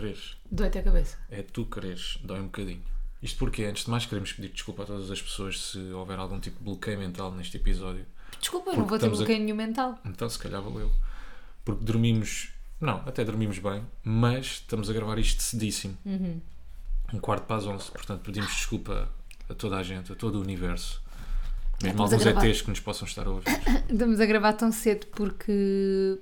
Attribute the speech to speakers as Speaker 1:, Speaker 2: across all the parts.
Speaker 1: Quereres.
Speaker 2: Doite a cabeça.
Speaker 1: É tu quereres. Dói um bocadinho. Isto porque, antes de mais, queremos pedir desculpa a todas as pessoas se houver algum tipo de bloqueio mental neste episódio.
Speaker 2: Desculpa, eu não
Speaker 1: Porque
Speaker 2: vou ter
Speaker 1: estamos a-
Speaker 2: bloqueio nenhum mental.
Speaker 1: Então, se calhar valeu. Porque dormimos. Não, até dormimos bem, mas estamos a gravar isto cedíssimo.
Speaker 2: Uhum.
Speaker 1: Um quarto para as 11. Portanto, pedimos desculpa a toda a gente, a todo o universo. Mesmo
Speaker 2: É, estamos a
Speaker 1: alguns
Speaker 2: gravar.
Speaker 1: ETs que nos possam estar a ouvir.
Speaker 2: Estamos a gravar tão cedo porque.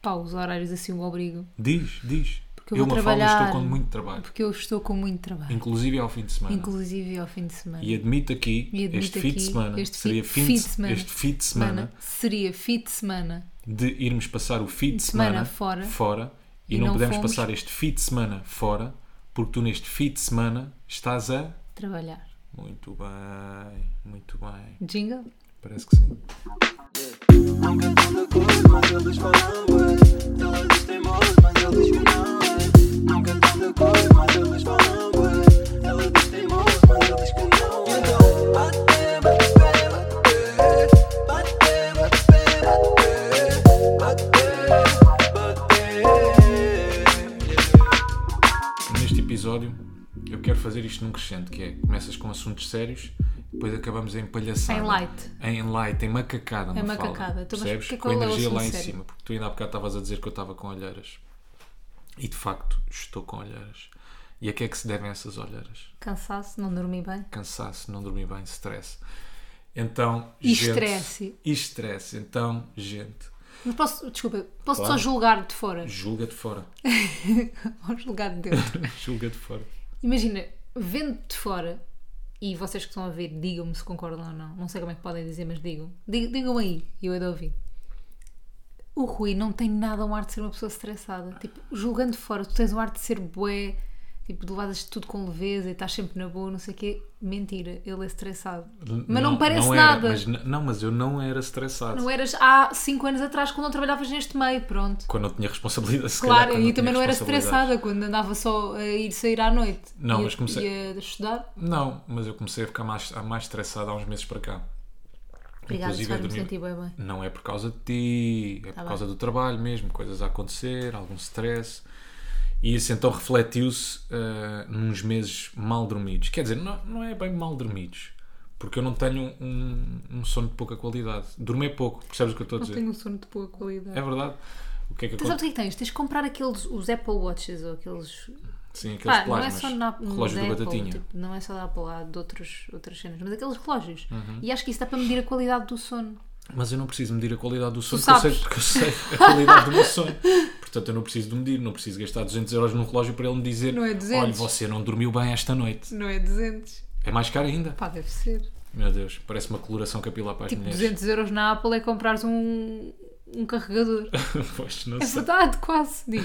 Speaker 2: pá, os horários assim o obrigo.
Speaker 1: Diz, diz.
Speaker 2: Porque eu vou trabalhar.
Speaker 1: estou com muito trabalho,
Speaker 2: Porque eu estou com muito trabalho.
Speaker 1: inclusive ao fim de semana.
Speaker 2: Inclusive ao fim de semana.
Speaker 1: E admito aqui,
Speaker 2: E admito
Speaker 1: este fim de
Speaker 2: aqui,
Speaker 1: semana,
Speaker 2: este
Speaker 1: seria
Speaker 2: fi-
Speaker 1: fim
Speaker 2: fim
Speaker 1: de,
Speaker 2: de semana.
Speaker 1: este fim de semana,
Speaker 2: Seria fim de semana.
Speaker 1: de irmos passar o fim de
Speaker 2: Semana
Speaker 1: semana,
Speaker 2: fora.
Speaker 1: e,
Speaker 2: E
Speaker 1: não,
Speaker 2: não
Speaker 1: podemos
Speaker 2: fomos.
Speaker 1: passar este fim de semana fora, porque tu neste fim de semana estás a.
Speaker 2: Trabalhar.
Speaker 1: Muito bem, muito bem.
Speaker 2: Jingle?
Speaker 1: Parece que sim.
Speaker 3: Nunca tão de cor, mas eles falam ué. Eles têm voz, mas eles que não é. Nunca tão de cor, mas eles falam ué. Eles têm voz, mas eles que não é. Então, bate, bate, bate. Bate, bate, bate. Bate, bate.
Speaker 1: Neste episódio, eu quero fazer isto num crescente, que é começas com assuntos sérios, depois acabamos em palhaçada.
Speaker 2: Em light.
Speaker 1: Em light, em macacada.
Speaker 2: Em
Speaker 1: Mafalda.
Speaker 2: macacada. Então, mas
Speaker 1: Percebes?
Speaker 2: porquê
Speaker 1: Com
Speaker 2: qual é o
Speaker 1: energia lá
Speaker 2: assunto
Speaker 1: em
Speaker 2: sério?
Speaker 1: cima, porque tu ainda há bocado estavas a dizer que eu estava com olheiras. E de facto, estou com olheiras. E a que é que se devem essas olheiras?
Speaker 2: Cansaço, não dormi bem.
Speaker 1: Cansaço, não dormi bem, stress. Então,
Speaker 2: E
Speaker 1: gente-
Speaker 2: estresse.
Speaker 1: E estresse. Então, gente,
Speaker 2: Mas posso, desculpa, posso
Speaker 1: Claro.
Speaker 2: só julgar de fora?
Speaker 1: julga de fora.
Speaker 2: Ou julgar de dentro?
Speaker 1: julga de fora.
Speaker 2: Imagina, vendo de fora, e vocês que estão a ver, digam-me se concordam ou não. Não sei como é que podem dizer, mas digam. Dig- Digam aí, eu hei de ouvir. O Rui não tem nada um ar de ser uma pessoa estressada. Tipo, julgando de fora, tu tens um ar de ser bué, tipo, de levadas de tudo com leveza e estás sempre na boa, não sei o quê. Mentira, ele é estressado. Mas não, parece
Speaker 1: era,
Speaker 2: nada.
Speaker 1: mas n- não, mas eu não era estressado.
Speaker 2: Não eras há 5 anos atrás quando não trabalhavas neste meio, pronto.
Speaker 1: Quando eu tinha responsabilidade, se calhar,
Speaker 2: é- Claro,
Speaker 1: quando
Speaker 2: e
Speaker 1: eu tinha
Speaker 2: também não era
Speaker 1: responsabilidades.
Speaker 2: estressada quando andava só a ir sair à noite.
Speaker 1: Não,
Speaker 2: e a-
Speaker 1: mas comecei-
Speaker 2: E a estudar.
Speaker 1: Não, mas eu comecei a ficar mais, a mais estressado há uns meses para cá.
Speaker 2: Obrigada,
Speaker 1: Inclusive,
Speaker 2: já
Speaker 1: eu
Speaker 2: me
Speaker 1: dormi-
Speaker 2: senti bem bem.
Speaker 1: Não é por causa de ti, é por
Speaker 2: Tá bem.
Speaker 1: causa do trabalho mesmo, coisas a acontecer, algum stress. E isso então refletiu-se ah, nos meses mal dormidos. Quer dizer, não, não é bem mal dormidos, porque eu não tenho um, um sono de pouca qualidade. Dormir é pouco, percebes o que eu estou a
Speaker 2: Não
Speaker 1: dizer?
Speaker 2: tenho um sono de boa qualidade.
Speaker 1: É verdade. O que é que
Speaker 2: Tu
Speaker 1: acontece?
Speaker 2: sabes o que é que tens? Tens de comprar aqueles os Apple Watches ou aqueles.
Speaker 1: Sim, aqueles
Speaker 2: Pá, não é
Speaker 1: plasmas,
Speaker 2: só na,
Speaker 1: relógio
Speaker 2: da
Speaker 1: do
Speaker 2: Apple,
Speaker 1: Batatinha.
Speaker 2: tipo, não é só da Apple, há de outros, outras cenas, mas aqueles relógios. E acho que isso dá para medir a qualidade do sono.
Speaker 1: Mas eu não preciso medir a qualidade do sono,
Speaker 2: Tu
Speaker 1: porque eu, sei,
Speaker 2: sabes.
Speaker 1: porque eu sei a qualidade do meu sono. Portanto, eu não preciso de medir, não preciso gastar 200 euros num relógio para ele me dizer:
Speaker 2: Não é 200.
Speaker 1: Olha, você não dormiu bem esta noite.
Speaker 2: Não é 200?
Speaker 1: É mais caro ainda.
Speaker 2: Pá, deve ser.
Speaker 1: Meu Deus, parece uma coloração capilar para as
Speaker 2: Tipo,
Speaker 1: mulheres.
Speaker 2: 200 euros na Apple é comprares um, um carregador.
Speaker 1: pois, não
Speaker 2: É
Speaker 1: sei.
Speaker 2: verdade, quase. Diz.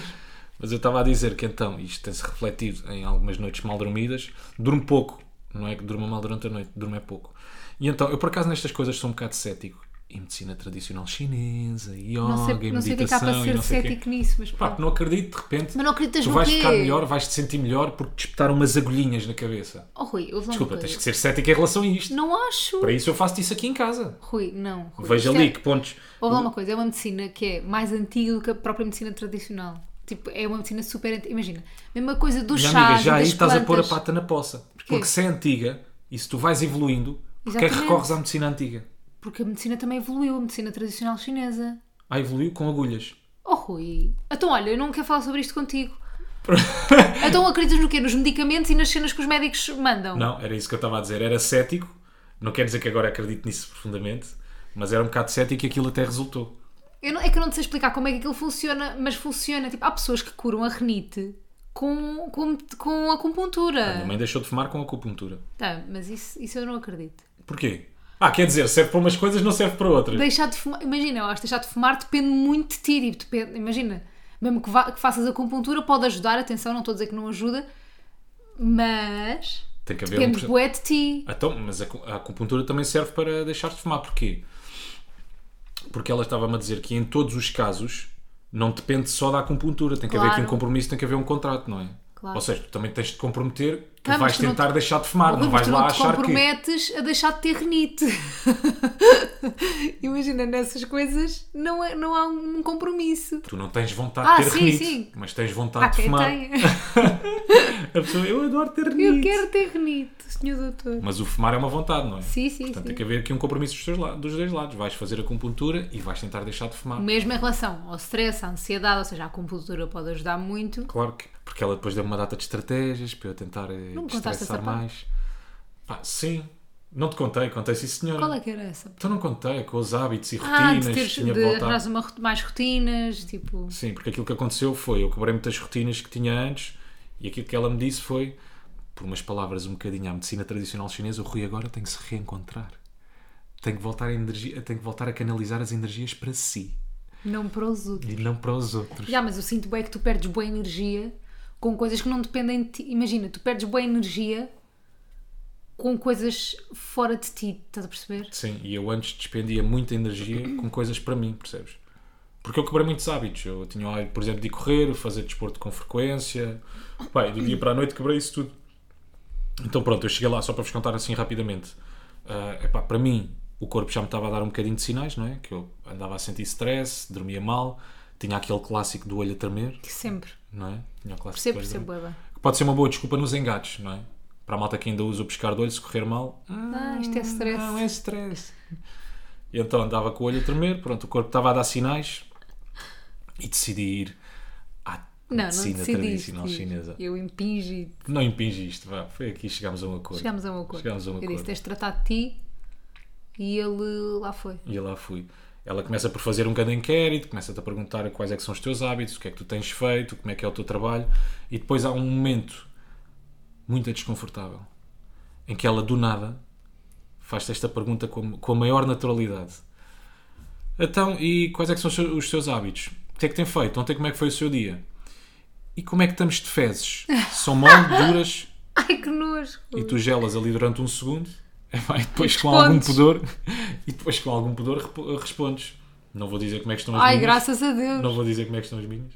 Speaker 1: Mas eu estava a dizer que então, isto tem-se refletido em algumas noites mal dormidas. Durmo pouco, não é que durma mal durante a noite, durmo é pouco. E então, eu por acaso nestas coisas sou um bocado cético. E medicina tradicional chinesa, yoga,
Speaker 2: Não sei,
Speaker 1: e
Speaker 2: não sei o que é que
Speaker 1: meditação
Speaker 2: há para
Speaker 1: e
Speaker 2: ser
Speaker 1: não sei o quê.
Speaker 2: cético nisso, mas
Speaker 1: Pá,
Speaker 2: pá.
Speaker 1: não acredito, de repente.
Speaker 2: Mas não acreditas
Speaker 1: Tu
Speaker 2: no
Speaker 1: vais
Speaker 2: quê?
Speaker 1: ficar melhor, vais te sentir melhor porque te espetaram umas agulhinhas na cabeça.
Speaker 2: Oh, Rui, ouve lá uma
Speaker 1: Desculpa,
Speaker 2: coisa.
Speaker 1: tens que ser cético em relação a isto.
Speaker 2: Não acho.
Speaker 1: Para isso eu faço isso aqui em casa.
Speaker 2: Rui, não. Rui,
Speaker 1: Veja
Speaker 2: isto é-
Speaker 1: ali que pontos.
Speaker 2: Houve lá uma coisa, é uma medicina que é mais antiga do que a própria medicina tradicional. Tipo, é uma medicina super antiga. Imagina, mesma coisa dos
Speaker 1: Minha
Speaker 2: chás
Speaker 1: amiga, já
Speaker 2: e
Speaker 1: aí
Speaker 2: das
Speaker 1: estás a pôr a
Speaker 2: plantas.
Speaker 1: pata na poça. Porque se é antiga e se tu vais evoluindo, porque é que
Speaker 2: Exatamente.
Speaker 1: recorres à medicina antiga?
Speaker 2: Porque a medicina também evoluiu, a medicina tradicional chinesa.
Speaker 1: Ah, evoluiu com agulhas.
Speaker 2: Oh, Rui. Então, olha, eu não quero falar sobre isto contigo. então acreditas no quê? Nos medicamentos e nas cenas que os médicos mandam?
Speaker 1: Não, era isso que eu estava a dizer. Era cético. Não quer dizer que agora acredito nisso profundamente, mas era um bocado cético e aquilo até resultou.
Speaker 2: Eu não- é que eu não te sei explicar como é que aquilo funciona, mas funciona. Tipo, há pessoas que curam a renite com, com, com
Speaker 1: A minha
Speaker 2: acupuntura.
Speaker 1: mãe deixou de fumar com acupuntura.
Speaker 2: Tá, mas isso, isso eu não acredito.
Speaker 1: Porquê? Ah, quer dizer, serve para umas coisas, não serve para outras.
Speaker 2: Deixar de fumar, imagina, eu acho que deixar de fumar depende muito de ti. tipo, depende- imagina, mesmo que, vá, que faças acupuntura, pode ajudar. Atenção, não estou a dizer que não ajuda, mas
Speaker 1: Tem que haver um
Speaker 2: depende
Speaker 1: proce-
Speaker 2: bué de ti.
Speaker 1: Então, mas a, cu- a acupuntura também serve para deixar de fumar. Porquê? Porque ela estava-me a dizer que em todos os casos não depende só da acupuntura. Tem que haver aqui um
Speaker 2: Claro.
Speaker 1: compromisso, tem que haver um contrato, não é?
Speaker 2: claro.
Speaker 1: Ou seja, tu também tens de comprometer que
Speaker 2: Ah, mas
Speaker 1: vais
Speaker 2: tu não
Speaker 1: tentar
Speaker 2: te-
Speaker 1: deixar de fumar,
Speaker 2: Rui,
Speaker 1: Ah, não
Speaker 2: mas
Speaker 1: vais
Speaker 2: tu
Speaker 1: lá
Speaker 2: não te
Speaker 1: achar que.
Speaker 2: comprometes a deixar de ter renite. Imagina, nessas coisas não, é- não há um compromisso.
Speaker 1: Tu não tens vontade
Speaker 2: Ah,
Speaker 1: de ter
Speaker 2: sim,
Speaker 1: renite,
Speaker 2: sim. Ah,
Speaker 1: mas tens vontade
Speaker 2: Há
Speaker 1: de
Speaker 2: quem
Speaker 1: fumar.
Speaker 2: tenha.
Speaker 1: A pessoa, eu adoro ter renite.
Speaker 2: Eu quero ter renite, senhor doutor.
Speaker 1: Mas o fumar é uma vontade, não é?
Speaker 2: Sim, sim,
Speaker 1: Portanto,
Speaker 2: sim.
Speaker 1: tem que haver aqui um compromisso dos dois, la- dos dois lados. Vais fazer a acupuntura e vais tentar deixar de fumar.
Speaker 2: Mesmo em relação ao stress, à ansiedade, ou seja, a acupuntura pode ajudar muito.
Speaker 1: Claro que. Porque ela depois deu uma data de estratégias para eu tentar
Speaker 2: Não
Speaker 1: não
Speaker 2: me contaste essa
Speaker 1: estressar
Speaker 2: parte.
Speaker 1: mais. Pá, sim. Não te contei, contei sim, senhora.
Speaker 2: Qual é que era essa?
Speaker 1: Então não contei, com os hábitos e
Speaker 2: Ah,
Speaker 1: rotinas.
Speaker 2: de teres
Speaker 1: tinha
Speaker 2: de
Speaker 1: voltar.
Speaker 2: arranjar uma rot- mais rotinas, tipo.
Speaker 1: Sim, porque aquilo que aconteceu foi, eu quebrei muitas rotinas que tinha antes e aquilo que ela me disse foi, por umas palavras um bocadinho à medicina tradicional chinesa, o Rui agora tem que se reencontrar. Tem que voltar a, energia, tem que voltar a canalizar as energias para si
Speaker 2: Não para os outros.
Speaker 1: e não para os outros.
Speaker 2: Já, mas eu sinto bem que tu perdes boa energia com coisas que não dependem de ti. Imagina, tu perdes boa energia com coisas fora de ti, estás a perceber?
Speaker 1: Sim, e eu antes despendia muita energia com coisas para mim, percebes? Porque é eu quebrei muitos hábitos. Eu tinha o hábito, por exemplo, de ir correr, fazer desporto com frequência. Pai, do dia para a noite quebrei isso tudo. Então pronto, eu cheguei lá só para vos contar assim rapidamente. Ah, epá, para mim, o corpo já me estava a dar um bocadinho de sinais, não é? Que eu andava a sentir stress, dormia mal, tinha aquele clássico do olho a tremer,
Speaker 2: Que sempre.
Speaker 1: não é? Tinha o clássico
Speaker 2: Percebo,
Speaker 1: do olho a
Speaker 2: percebo,
Speaker 1: tremer.
Speaker 2: bué bem.
Speaker 1: Que pode ser uma boa desculpa nos engates, não é? Para a malta que ainda usa o pescar de olho, se correr mal,
Speaker 2: Ah, isto é stress.
Speaker 1: não é stress. E então andava com o olho a tremer, pronto, o corpo estava a dar sinais e decidi ir à
Speaker 2: Não, não
Speaker 1: medicina
Speaker 2: decidiste.
Speaker 1: tradicional chinesa.
Speaker 2: Eu impingi.
Speaker 1: Não impingi isto, vá, foi aqui que chegámos a um acordo.
Speaker 2: Chegámos a um acordo.
Speaker 1: Chegámos a um
Speaker 2: Eu disse:
Speaker 1: acordo.
Speaker 2: tens de tratar de ti e ele lá foi.
Speaker 1: E lá fui. Ela começa por fazer um grande inquérito, começa-te a perguntar quais é que são os teus hábitos, o que é que tu tens feito, como é que é o teu trabalho, e depois há um momento muito desconfortável em que ela, do nada, faz-te esta pergunta com a, com a maior naturalidade. Então, e quais é que são os seus- os teus hábitos? O que é que tem feito? Ontem como é que foi o seu dia? E como é que estamos de fezes? São mole, duras,
Speaker 2: Ai que nojo!
Speaker 1: e tu gelas ali durante um segundo epá, e depois com algum
Speaker 2: Respondes.
Speaker 1: pudor e depois com algum pudor rep- respondes não vou dizer como é que estão as
Speaker 2: Ai,
Speaker 1: minhas
Speaker 2: graças a Deus!
Speaker 1: não vou dizer como é que estão as minhas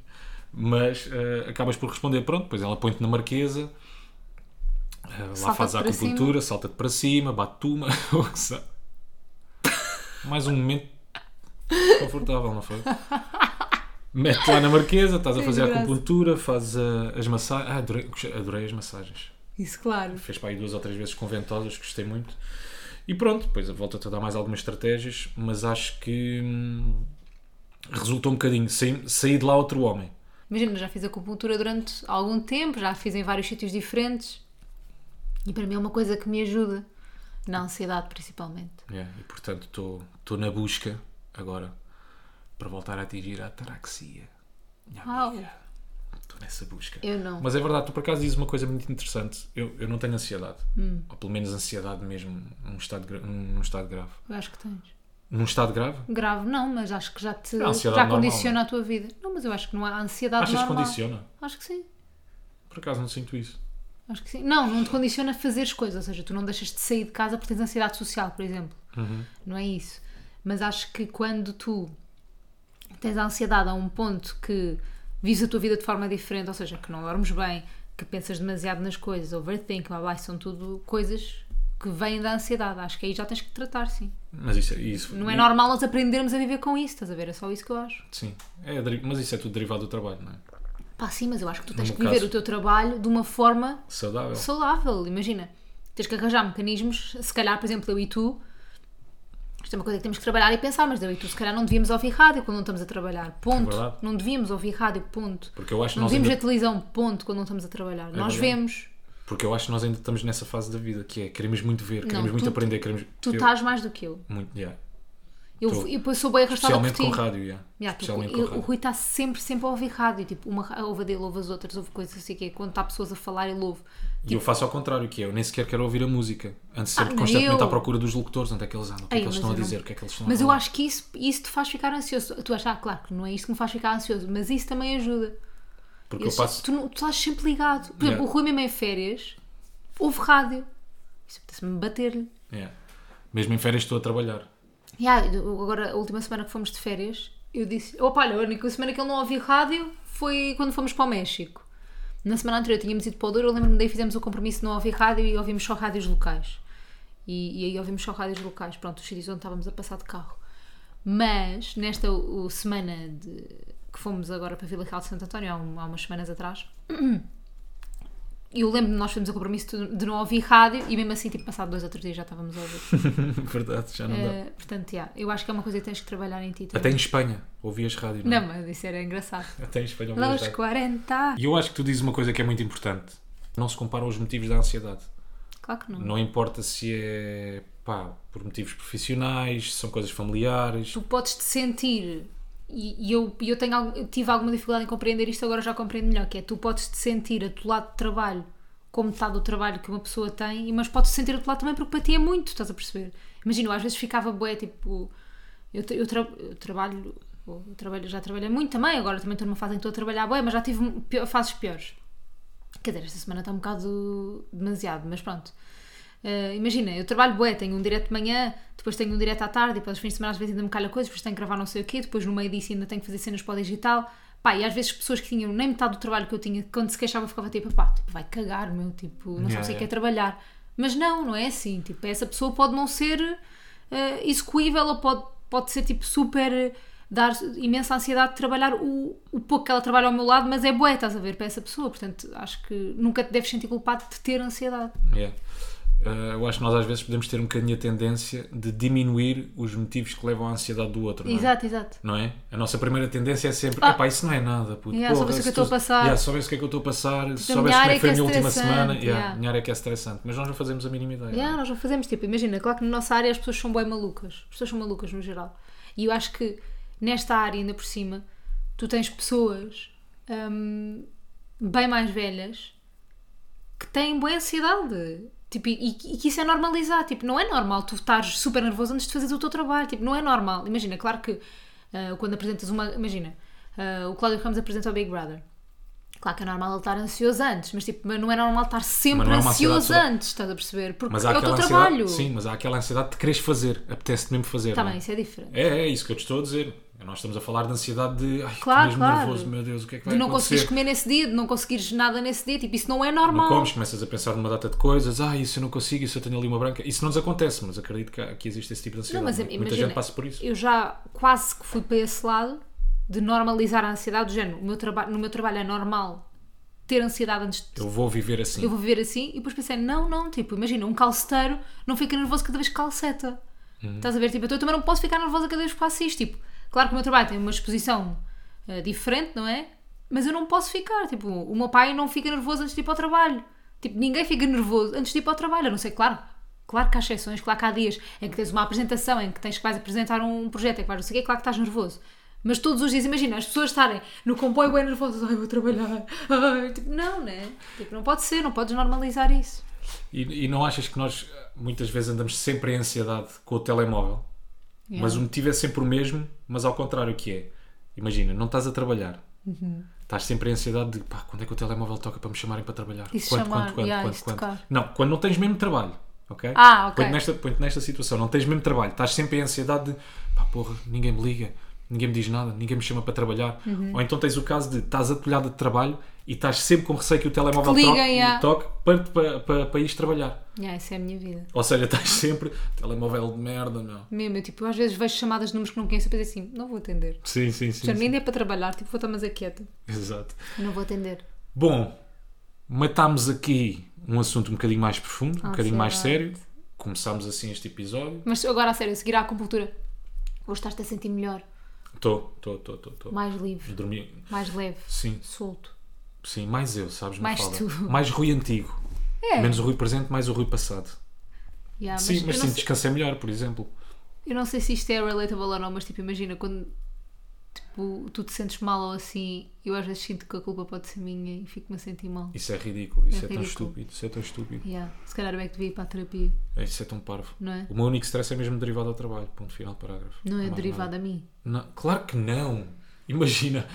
Speaker 1: mas eh, acabas por responder pronto pois ela põe-te na marquesa eh, lá
Speaker 2: Salta-te
Speaker 1: faz a
Speaker 2: para
Speaker 1: acupuntura salta-te para cima bate-te uma ou que sa- mais um momento confortável não foi? Mete lá na marquesa, estás a
Speaker 2: Que
Speaker 1: fazer a
Speaker 2: graça.
Speaker 1: acupuntura, fazes eh, as massagens. Ah, adorei- adorei as massagens
Speaker 2: Isso, claro.
Speaker 1: fez para aí duas ou três vezes com ventosas, gostei muito. E pronto, depois volta-te a dar mais algumas estratégias, mas acho que hum, resultou um bocadinho. Saí, saí de lá outro homem.
Speaker 2: Imagina, já fiz acupuntura durante algum tempo, já fiz em vários sítios diferentes e para mim é uma coisa que me ajuda, na ansiedade principalmente.
Speaker 1: É, e portanto estou- estou na busca agora para voltar a atingir a ataraxia. Minha
Speaker 2: Uau.
Speaker 1: amiga, Estou nessa busca.
Speaker 2: Eu não.
Speaker 1: Mas é verdade, tu por acaso dizes uma coisa muito interessante. Eu, eu não tenho ansiedade.
Speaker 2: Hum.
Speaker 1: Ou pelo menos ansiedade mesmo, num estado, gra- num estado grave.
Speaker 2: Eu acho que tens.
Speaker 1: Num estado grave?
Speaker 2: Grave não, mas acho que já te
Speaker 1: É a ansiedade
Speaker 2: já
Speaker 1: normal,
Speaker 2: condiciona a tua vida. Não, mas eu acho que não há ansiedade
Speaker 1: Achas que
Speaker 2: normal.
Speaker 1: condiciona?
Speaker 2: Acho que sim.
Speaker 1: Por acaso não sinto isso.
Speaker 2: Acho que sim. Não, não te condiciona a fazeres coisas, ou seja, tu não deixas de sair de casa porque tens ansiedade social, por exemplo.
Speaker 1: Uhum.
Speaker 2: Não é isso. Mas acho que quando tu tens a ansiedade a um ponto que vives a tua vida de forma diferente, ou seja, que não dormes bem, que pensas demasiado nas coisas, overthink, blá blá, são tudo coisas que vêm da ansiedade. Acho que aí já tens que tratar, sim.
Speaker 1: Mas isso, isso
Speaker 2: Não é
Speaker 1: e-
Speaker 2: normal nós aprendermos a viver com isso, estás a ver? É só isso que eu acho.
Speaker 1: Sim, é, deri- mas isso é tudo derivado do trabalho, não é?
Speaker 2: Pá, sim, mas eu acho que tu tens
Speaker 1: meu
Speaker 2: que viver
Speaker 1: caso-
Speaker 2: o teu trabalho de uma forma
Speaker 1: Saudável.
Speaker 2: saudável, imagina. Tens que arranjar mecanismos, se calhar, por exemplo, eu e tu, isto é uma coisa que temos que trabalhar e pensar, mas eu e tu, se calhar, não devíamos ouvir rádio quando não estamos a trabalhar, ponto.
Speaker 1: É verdade.
Speaker 2: não devíamos ouvir rádio, ponto.
Speaker 1: Porque eu acho que
Speaker 2: Não
Speaker 1: nós
Speaker 2: devíamos
Speaker 1: ainda- É
Speaker 2: a televisão, ponto, quando não estamos a trabalhar. nós
Speaker 1: verdade.
Speaker 2: vemos,
Speaker 1: Porque eu acho que nós ainda estamos nessa fase da vida, que é queremos muito ver, queremos
Speaker 2: Não,
Speaker 1: muito
Speaker 2: tu-
Speaker 1: aprender, queremos.
Speaker 2: tu
Speaker 1: eu,
Speaker 2: estás mais do que eu.
Speaker 1: Muito, yeah.
Speaker 2: Eu,
Speaker 1: Tu.
Speaker 2: eu, eu sou bem arrastada por
Speaker 1: Especialmente
Speaker 2: ti.
Speaker 1: com rádio, yeah.
Speaker 2: Yeah, tu-
Speaker 1: Especialmente
Speaker 2: eu-
Speaker 1: com
Speaker 2: o
Speaker 1: rádio.
Speaker 2: Rui está sempre, sempre a ouvir rádio. Tipo, uma ra- ouve a dele, ouve as outras, ouve coisas assim que é quando está pessoas a falar, ele ouve.
Speaker 1: E eu faço ao contrário, que é, eu nem sequer quero ouvir a música. Antes sempre
Speaker 2: tipo- Ah,
Speaker 1: constantemente
Speaker 2: eu-
Speaker 1: à procura dos locutores, onde é que eles andam, o que é
Speaker 2: Ei,
Speaker 1: que eles
Speaker 2: mas
Speaker 1: estão a
Speaker 2: eu não-
Speaker 1: dizer, o que é que eles estão a
Speaker 2: Mas eu
Speaker 1: falar.
Speaker 2: acho que isso, isso te faz ficar ansioso. Tu achas, ah, claro que não é isso que me faz ficar ansioso, mas isso também ajuda.
Speaker 1: Porque
Speaker 2: Eu
Speaker 1: eu
Speaker 2: sou-
Speaker 1: passo.
Speaker 2: tu, não- tu estás sempre ligado. Por
Speaker 1: Yeah.
Speaker 2: exemplo, o Rui mesmo em férias ouve rádio. Isso apetece-me bater-lhe.
Speaker 1: yeah. Mesmo em férias estou a trabalhar.
Speaker 2: Yeah, eu- agora, a última semana que fomos de férias, eu disse: opa, olha, a única semana que ele não ouviu rádio foi quando fomos para o México. Na semana anterior tínhamos ido para o Douro, eu lembro-me daí fizemos o compromisso de não ouvir rádio e ouvimos só rádios locais. E, e aí ouvimos só rádios locais, pronto, os sítios onde estávamos a passar de carro. Mas, nesta o, semana de- que fomos agora para Vila Real de Santo António, há, um- há umas semanas atrás, eu lembro-me de nós fizemos o compromisso de, de não ouvir rádio e mesmo assim, tipo, passado dois ou três dias já estávamos a ouvir.
Speaker 1: Verdade, já não dá.
Speaker 2: Eh, portanto, yeah, eu acho que é uma coisa que tens que trabalhar em ti
Speaker 1: Até
Speaker 2: também.
Speaker 1: em Espanha ouvias rádio, não é?
Speaker 2: Não, mas isso era engraçado.
Speaker 1: Até em Espanha ouvias
Speaker 2: Los
Speaker 1: rádio.
Speaker 2: 40!
Speaker 1: E eu acho que tu dizes uma coisa que é muito importante. Não se comparam os motivos da ansiedade.
Speaker 2: Claro que não.
Speaker 1: Não importa se é pá, por motivos profissionais, se são coisas familiares.
Speaker 2: Tu podes te sentir, e, e eu, e eu tenho, algum- eu tive alguma dificuldade em compreender isto, agora já compreendo melhor, que é tu podes te sentir atolado de trabalho com metade do trabalho que uma pessoa tem, e- mas podes te sentir atolado também porque para ti é muito, estás a perceber? Imagina, eu às vezes ficava bué, tipo, eu, tra- eu tra- eu trabalho, eu trabalho, já trabalhei muito também, agora também estou numa fase em que estou a trabalhar bué, mas já tive pio- fases piores. Quer dizer, esta semana está um bocado demasiado, mas pronto. Eh, imagina, eu trabalho bué, tenho um direto de manhã, depois tenho um direto à tarde, e depois os fins de semana às vezes ainda me calha coisas, depois tenho que gravar não sei o quê, depois no meio disso ainda tenho que fazer cenas para o digital. Pá, e às vezes pessoas que tinham nem metade do trabalho que eu tinha, quando se queixavam ficava tipo, pá, tipo, vai cagar, meu, tipo, não
Speaker 1: Yeah,
Speaker 2: sabes o que
Speaker 1: yeah.
Speaker 2: é trabalhar. Mas não, não é assim, tipo, essa pessoa pode não ser eh, execuível ou pode, pode ser, tipo, super... eh, dar imensa ansiedade de trabalhar o, o pouco que ela trabalha ao meu lado, mas é bué, estás a ver, para essa pessoa. Portanto, acho que nunca te deves sentir culpado de ter ansiedade.
Speaker 1: Yeah. Uh, é. eu acho que nós às vezes podemos ter um bocadinho a tendência de diminuir os motivos que levam à ansiedade do outro, não é?
Speaker 2: Exato, exato.
Speaker 1: Não é? A nossa primeira tendência é sempre:
Speaker 2: Ah.
Speaker 1: epá, isso não é nada, puto.
Speaker 2: Yeah, soubesse o que eu estou a passar."
Speaker 1: Yeah, soubesse o que é que eu estou a passar, soubesse como
Speaker 2: minha
Speaker 1: é
Speaker 2: área
Speaker 1: que foi a
Speaker 2: é que
Speaker 1: minha
Speaker 2: é
Speaker 1: última semana.
Speaker 2: estressante,
Speaker 1: Yeah,
Speaker 2: yeah.
Speaker 1: Minha área que é estressante, mas nós não fazemos a mínima ideia.
Speaker 2: Yeah, nós não fazemos, tipo, imagina, claro que na nossa área as pessoas são bem malucas. As pessoas são malucas no geral. E eu acho que nesta área, ainda por cima, tu tens pessoas hum, bem mais velhas que têm boa ansiedade. Tipo, e, e que isso é normalizar. Tipo, não é normal tu estares super nervoso antes de fazeres o teu trabalho. Tipo, não é normal. Imagina, claro que ah, quando apresentas uma. Imagina, ah, o Cláudio Ramos apresenta o Big Brother. Claro que é normal ele estar ansioso antes, mas tipo, mas não é normal estar sempre
Speaker 1: Mas não é uma ansiedade
Speaker 2: ansioso
Speaker 1: sobre-
Speaker 2: antes, estás a perceber? Porque
Speaker 1: Mas há
Speaker 2: é o teu
Speaker 1: aquela ansiedade.
Speaker 2: trabalho.
Speaker 1: Sim, mas há aquela ansiedade de quereres fazer, apetece-te mesmo fazer.
Speaker 2: Está
Speaker 1: não é?
Speaker 2: bem, isso é diferente.
Speaker 1: É, é isso que eu te estou a dizer. Nós estamos a falar de ansiedade de. Ai,
Speaker 2: Claro,
Speaker 1: claro, mesmo
Speaker 2: claro.
Speaker 1: nervoso, meu Deus, o que é que vai
Speaker 2: de não conseguires
Speaker 1: acontecer?
Speaker 2: comer nesse dia, de não conseguires nada nesse dia, tipo, isso não é
Speaker 1: Não
Speaker 2: normal.
Speaker 1: comes, começas a pensar numa data de coisas. Ah, isso eu não consigo, isso eu tenho ali uma branca. Isso não nos acontece, mas acredito que, há- que existe esse tipo de ansiedade.
Speaker 2: Não, mas
Speaker 1: Muita
Speaker 2: imagina,
Speaker 1: gente passa por isso.
Speaker 2: Eu já quase que fui para esse lado de normalizar a ansiedade do género. O meu traba- no meu trabalho é normal ter ansiedade antes de.
Speaker 1: Eu vou viver assim.
Speaker 2: Eu vou viver assim e depois pensei, não, não, tipo, imagina, um calceteiro não fica nervoso cada vez que calceta. Estás a ver? Tipo, então eu também não posso ficar nervosa cada vez que faço isto. Tipo, claro que o meu trabalho tem uma exposição eh, diferente, não é? Mas eu não posso ficar. Tipo, o meu pai não fica nervoso antes de ir para o trabalho. Tipo, ninguém fica nervoso antes de ir para o trabalho. A não ser, claro, claro que há exceções, claro que há dias em que tens uma apresentação, em que tens que vais apresentar um projeto, em que vais não sei o quê, claro que estás nervoso. Mas todos os dias, imagina, as pessoas estarem no comboio bem nervosas, ai, vou trabalhar, ai, tipo, não, né? Tipo, não pode ser, não podes normalizar isso.
Speaker 1: E, e não achas que nós muitas vezes andamos sempre em ansiedade com o telemóvel? Mas o motivo é sempre o mesmo, mas ao contrário que é. Imagina, não estás a trabalhar.
Speaker 2: Uhum.
Speaker 1: Estás sempre em ansiedade de pá, quando é que o telemóvel toca para me chamarem para trabalhar?
Speaker 2: E se chamar? Yeah, e se tocar?
Speaker 1: Não, quando não tens mesmo trabalho, ok?
Speaker 2: Ah, ok.
Speaker 1: Põe-te nesta, põe nesta situação, não tens mesmo trabalho, estás sempre em ansiedade de pá, porra, ninguém me liga, ninguém me diz nada, ninguém me chama para trabalhar.
Speaker 2: Uhum.
Speaker 1: Ou então tens o caso de estás atolhada de trabalho e estás sempre com receio que o telemóvel
Speaker 2: Que
Speaker 1: toque,
Speaker 2: liguem, yeah.
Speaker 1: toque para, para, para, para ires trabalhar.
Speaker 2: Yeah, isso é a minha vida.
Speaker 1: Ou seja, estás sempre telemóvel de merda, não.
Speaker 2: Mesmo, eu, tipo, eu às vezes vejo chamadas de números que não conheço e penso assim, não vou atender.
Speaker 1: Sim, sim, sim.
Speaker 2: Já
Speaker 1: sim.
Speaker 2: nem é para trabalhar, tipo, vou estar mais quieta.
Speaker 1: Exato.
Speaker 2: Eu não vou atender.
Speaker 1: Bom, matámos aqui um assunto um bocadinho mais profundo,
Speaker 2: Ah,
Speaker 1: um bocadinho mais sério.
Speaker 2: Ansiedade.
Speaker 1: Começámos assim este episódio.
Speaker 2: Mas agora, a sério, a seguir à acupuntura, vou estar-te a sentir melhor,
Speaker 1: Estou, estou, estou, estou.
Speaker 2: mais livre,
Speaker 1: Dormi.
Speaker 2: mais leve,
Speaker 1: Sim,
Speaker 2: solto.
Speaker 1: sim, mais eu, sabes?
Speaker 2: Mais
Speaker 1: Mafalda?
Speaker 2: tu.
Speaker 1: Mais Rui antigo.
Speaker 2: É.
Speaker 1: Menos o Rui presente, mais o Rui passado.
Speaker 2: Yeah, mas
Speaker 1: sim, mas
Speaker 2: eu não
Speaker 1: sim,
Speaker 2: sei-
Speaker 1: descansei melhor, por exemplo.
Speaker 2: Eu não sei se isto é relatable ou não, mas tipo, imagina quando tipo, tu te sentes mal ou assim, eu às vezes sinto que a culpa pode ser minha e fico-me a sentir mal.
Speaker 1: Isso é ridículo, isso é, tão
Speaker 2: ridículo.
Speaker 1: estúpido, isso é tão estúpido,
Speaker 2: Yeah. Se calhar eu é que devia ir para a terapia,
Speaker 1: isso é tão parvo.
Speaker 2: não é?
Speaker 1: O meu único stress é mesmo derivado ao trabalho, ponto final, parágrafo.
Speaker 2: Não é
Speaker 1: mais
Speaker 2: derivado a mim.
Speaker 1: nada. Não, claro que não. Imagina,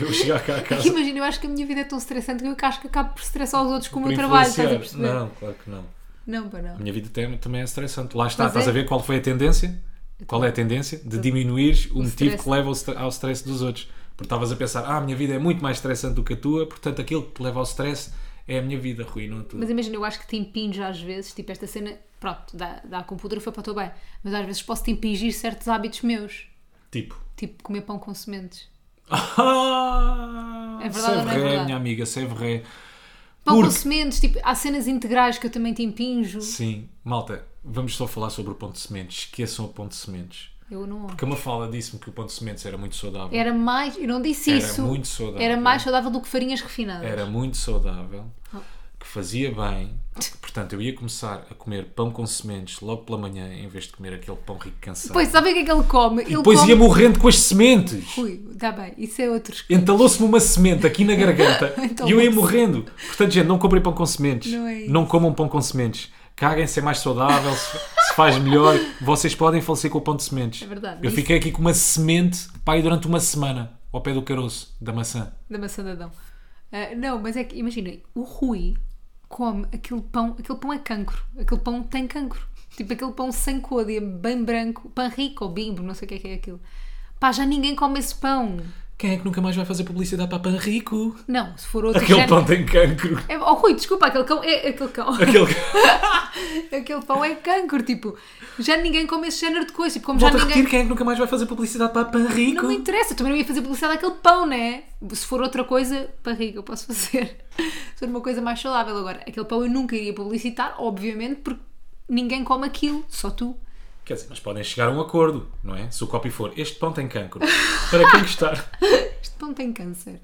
Speaker 1: eu chegar cá a casa
Speaker 2: Imagina, eu acho que a minha vida é tão estressante que eu acho que acabo por estressar os outros com o
Speaker 1: por
Speaker 2: meu trabalho, estás a
Speaker 1: influenciar.
Speaker 2: perceber?
Speaker 1: Não, claro que não.
Speaker 2: Não, para
Speaker 1: A
Speaker 2: não.
Speaker 1: minha vida tem- também é estressante. Lá está,
Speaker 2: Mas
Speaker 1: estás
Speaker 2: é.
Speaker 1: a ver qual foi a tendência? Qual é a tendência? De diminuir o, motivo
Speaker 2: stress.
Speaker 1: que leva ao stre- ao stress dos outros. Porque estavas a pensar, ah, a minha vida é muito mais estressante do que a tua, portanto aquilo que te leva ao stress é a minha vida, Rui, não a tua.
Speaker 2: Mas imagina, eu acho que te impinge às vezes, tipo esta cena, pronto, da, da computadora foi para o teu bem, mas às vezes posso te impingir certos hábitos meus,
Speaker 1: Tipo,
Speaker 2: tipo comer pão com sementes.
Speaker 1: ah,
Speaker 2: É verdade ou não é
Speaker 1: Sevré,
Speaker 2: verdade?
Speaker 1: minha amiga, Sevré.
Speaker 2: Pão com
Speaker 1: Porque-
Speaker 2: sementes, tipo, há cenas integrais que eu também te impinjo.
Speaker 1: Sim, malta, vamos só falar sobre o ponto de sementes. Esqueçam o ponto de sementes.
Speaker 2: Eu não.
Speaker 1: Porque a Mafalda disse-me que o ponto de sementes era muito saudável.
Speaker 2: Era mais, eu não disse
Speaker 1: Era
Speaker 2: isso.
Speaker 1: muito saudável.
Speaker 2: Era mais saudável do que farinhas refinadas.
Speaker 1: Era muito saudável, que fazia bem. Portanto, eu ia começar a comer pão com sementes logo pela manhã, em vez de comer aquele pão rico cansado.
Speaker 2: Pois, sabe o que é que ele come?
Speaker 1: e depois
Speaker 2: come...
Speaker 1: ia morrendo com as sementes.
Speaker 2: Ui, tá bem, isso é outro esquema.
Speaker 1: Entalou-se-me uma semente aqui na garganta
Speaker 2: Então,
Speaker 1: e eu ia
Speaker 2: mas-
Speaker 1: morrendo. Portanto, gente, não comprem pão com sementes.
Speaker 2: Não é isso.
Speaker 1: comam pão com sementes. Caguem-se, é mais saudável, se, se faz melhor. Vocês podem falecer com o pão de sementes.
Speaker 2: É verdade.
Speaker 1: Eu
Speaker 2: Isso-
Speaker 1: fiquei aqui com uma semente, pai, durante uma semana, ao pé do caroço, da maçã.
Speaker 2: da maçã de Adão. Ah, não, mas é que, imaginem, o Rui come aquele pão, aquele pão é cancro, aquele pão tem cancro. Tipo aquele pão sem códia, bem branco, pão rico ou bimbo, não sei o que é que é aquilo. Pá, já ninguém come esse pão.
Speaker 1: Quem é que nunca mais vai fazer publicidade para pão rico?
Speaker 2: Não, se for outro
Speaker 1: Aquele
Speaker 2: género-
Speaker 1: pão tem cancro.
Speaker 2: É, oh Rui, desculpa, aquele cão é aquele cão.
Speaker 1: Aquele...
Speaker 2: aquele pão é cancro, tipo, já ninguém come esse género de coisa, tipo, como
Speaker 1: Volto a
Speaker 2: já ninguém.
Speaker 1: repetir, quem é que nunca mais vai fazer publicidade para pão rico?
Speaker 2: Não me interessa, eu também não ia fazer publicidade àquele pão, né? Se for outra coisa, barriga, eu posso fazer. Se for uma coisa mais saudável agora. Aquele pão eu nunca iria publicitar, obviamente, porque ninguém come aquilo, só tu.
Speaker 1: Quer dizer, mas podem chegar a um acordo, não é? Se o copy for, este pão tem cancro. Para quem gostar.
Speaker 2: Este pão tem câncer.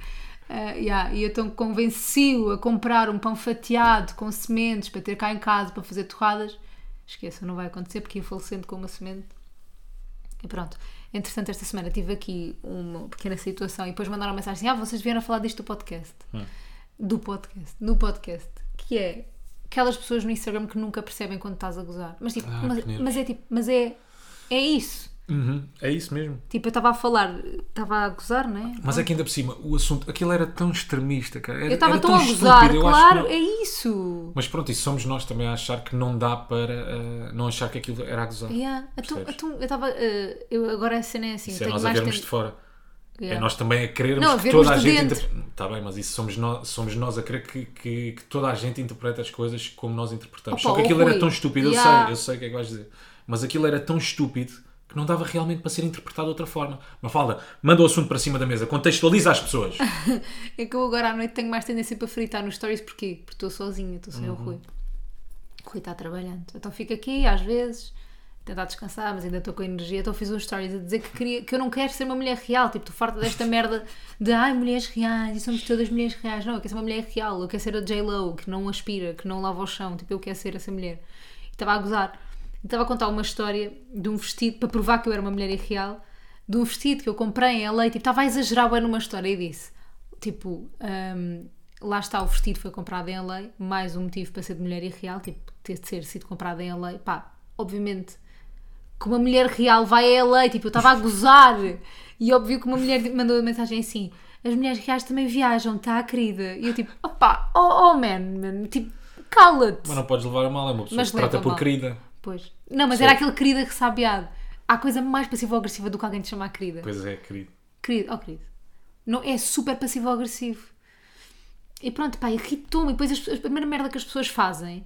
Speaker 2: Ah, yeah, e eu então convenci-o a comprar um pão fatiado com sementes para ter cá em casa para fazer torradas. Esqueça, não vai acontecer porque ia falecendo com uma semente. E pronto. Entretanto, esta semana tive aqui uma pequena situação e depois mandaram uma mensagem assim: Ah, vocês vieram falar disto do podcast.
Speaker 1: Hum.
Speaker 2: Do podcast. No podcast. Que é aquelas pessoas no Instagram que nunca percebem quando estás a gozar. Mas tipo,
Speaker 1: Ah,
Speaker 2: mas,
Speaker 1: que nervos.
Speaker 2: mas é tipo, mas é. É isso.
Speaker 1: Uhum, é isso mesmo.
Speaker 2: Tipo, eu estava a falar, estava a gozar, não é?
Speaker 1: Mas é que ainda por cima, o assunto, aquilo era tão extremista, cara. Era,
Speaker 2: Eu estava
Speaker 1: era
Speaker 2: tão, a gozar,
Speaker 1: estúpido, eu acho
Speaker 2: claro,
Speaker 1: que não-
Speaker 2: é isso.
Speaker 1: Mas pronto, isso somos nós também a achar que não dá para. ah, não achar que aquilo era a gozar.
Speaker 2: Yeah. Então,
Speaker 1: Percebes?
Speaker 2: então, eu estava. eh, eu agora a cena é assim.
Speaker 1: Isso é nós a vermos de fora.
Speaker 2: Yeah.
Speaker 1: É nós também a querermos
Speaker 2: Não, a
Speaker 1: que
Speaker 2: vermos
Speaker 1: toda a
Speaker 2: de
Speaker 1: gente.
Speaker 2: dentro.
Speaker 1: Está bem, mas isso somos nós, somos nós a querer que, que, que toda a gente interprete as coisas como nós interpretamos.
Speaker 2: Opa,
Speaker 1: Só que
Speaker 2: oh,
Speaker 1: aquilo
Speaker 2: Rui.
Speaker 1: era tão estúpido,
Speaker 2: Yeah.
Speaker 1: eu sei, eu sei o que é que vais dizer. Mas aquilo era tão estúpido que não dava realmente para ser interpretado de outra forma. Mafalda, manda o assunto para cima da mesa, contextualiza as pessoas.
Speaker 2: É que eu agora à noite tenho mais tendência para fritar nos stories, porquê? Porque estou sozinha, estou sem o Rui. O Rui está trabalhando. Então fico aqui, às vezes, a tentar descansar, mas ainda estou com energia. Então fiz uns stories a dizer que, queria, que eu não quero ser uma mulher real. Tipo, estou farta desta merda de ai, mulheres reais, e somos todas mulheres reais. Não, eu quero ser uma mulher real, eu quero ser a J-Lo, que não aspira, que não lava o chão. Tipo, eu quero ser essa mulher. E estava a gozar. E Estava a contar uma história de um vestido, para provar que eu era uma mulher irreal, de um vestido que eu comprei em LA. Tipo, estava a exagerar bem numa história e disse tipo, hum, lá está o vestido foi comprado em LA, mais um motivo para ser de mulher irreal, tipo, ter de ser sido comprado em LA, pá, obviamente que uma mulher real vai a LA, tipo, eu estava a gozar e óbvio que uma mulher mandou uma mensagem assim, as mulheres reais também viajam, tá, querida? E eu tipo, opá, oh, oh man, man, tipo, cala-te.
Speaker 1: mas não podes levar a mal, é uma pessoa
Speaker 2: Mas
Speaker 1: que te trata
Speaker 2: leva
Speaker 1: por
Speaker 2: mal.
Speaker 1: querida.
Speaker 2: Pois. Não, mas
Speaker 1: Sim.
Speaker 2: era aquele querida ressabiado. Há coisa mais passivo-agressiva do que alguém te chamar querida.
Speaker 1: Pois é, querido.
Speaker 2: Querido, oh querido. Não, é super passivo-agressivo. E pronto, pá, irritou-me. E depois as pessoas- a primeira merda que as pessoas fazem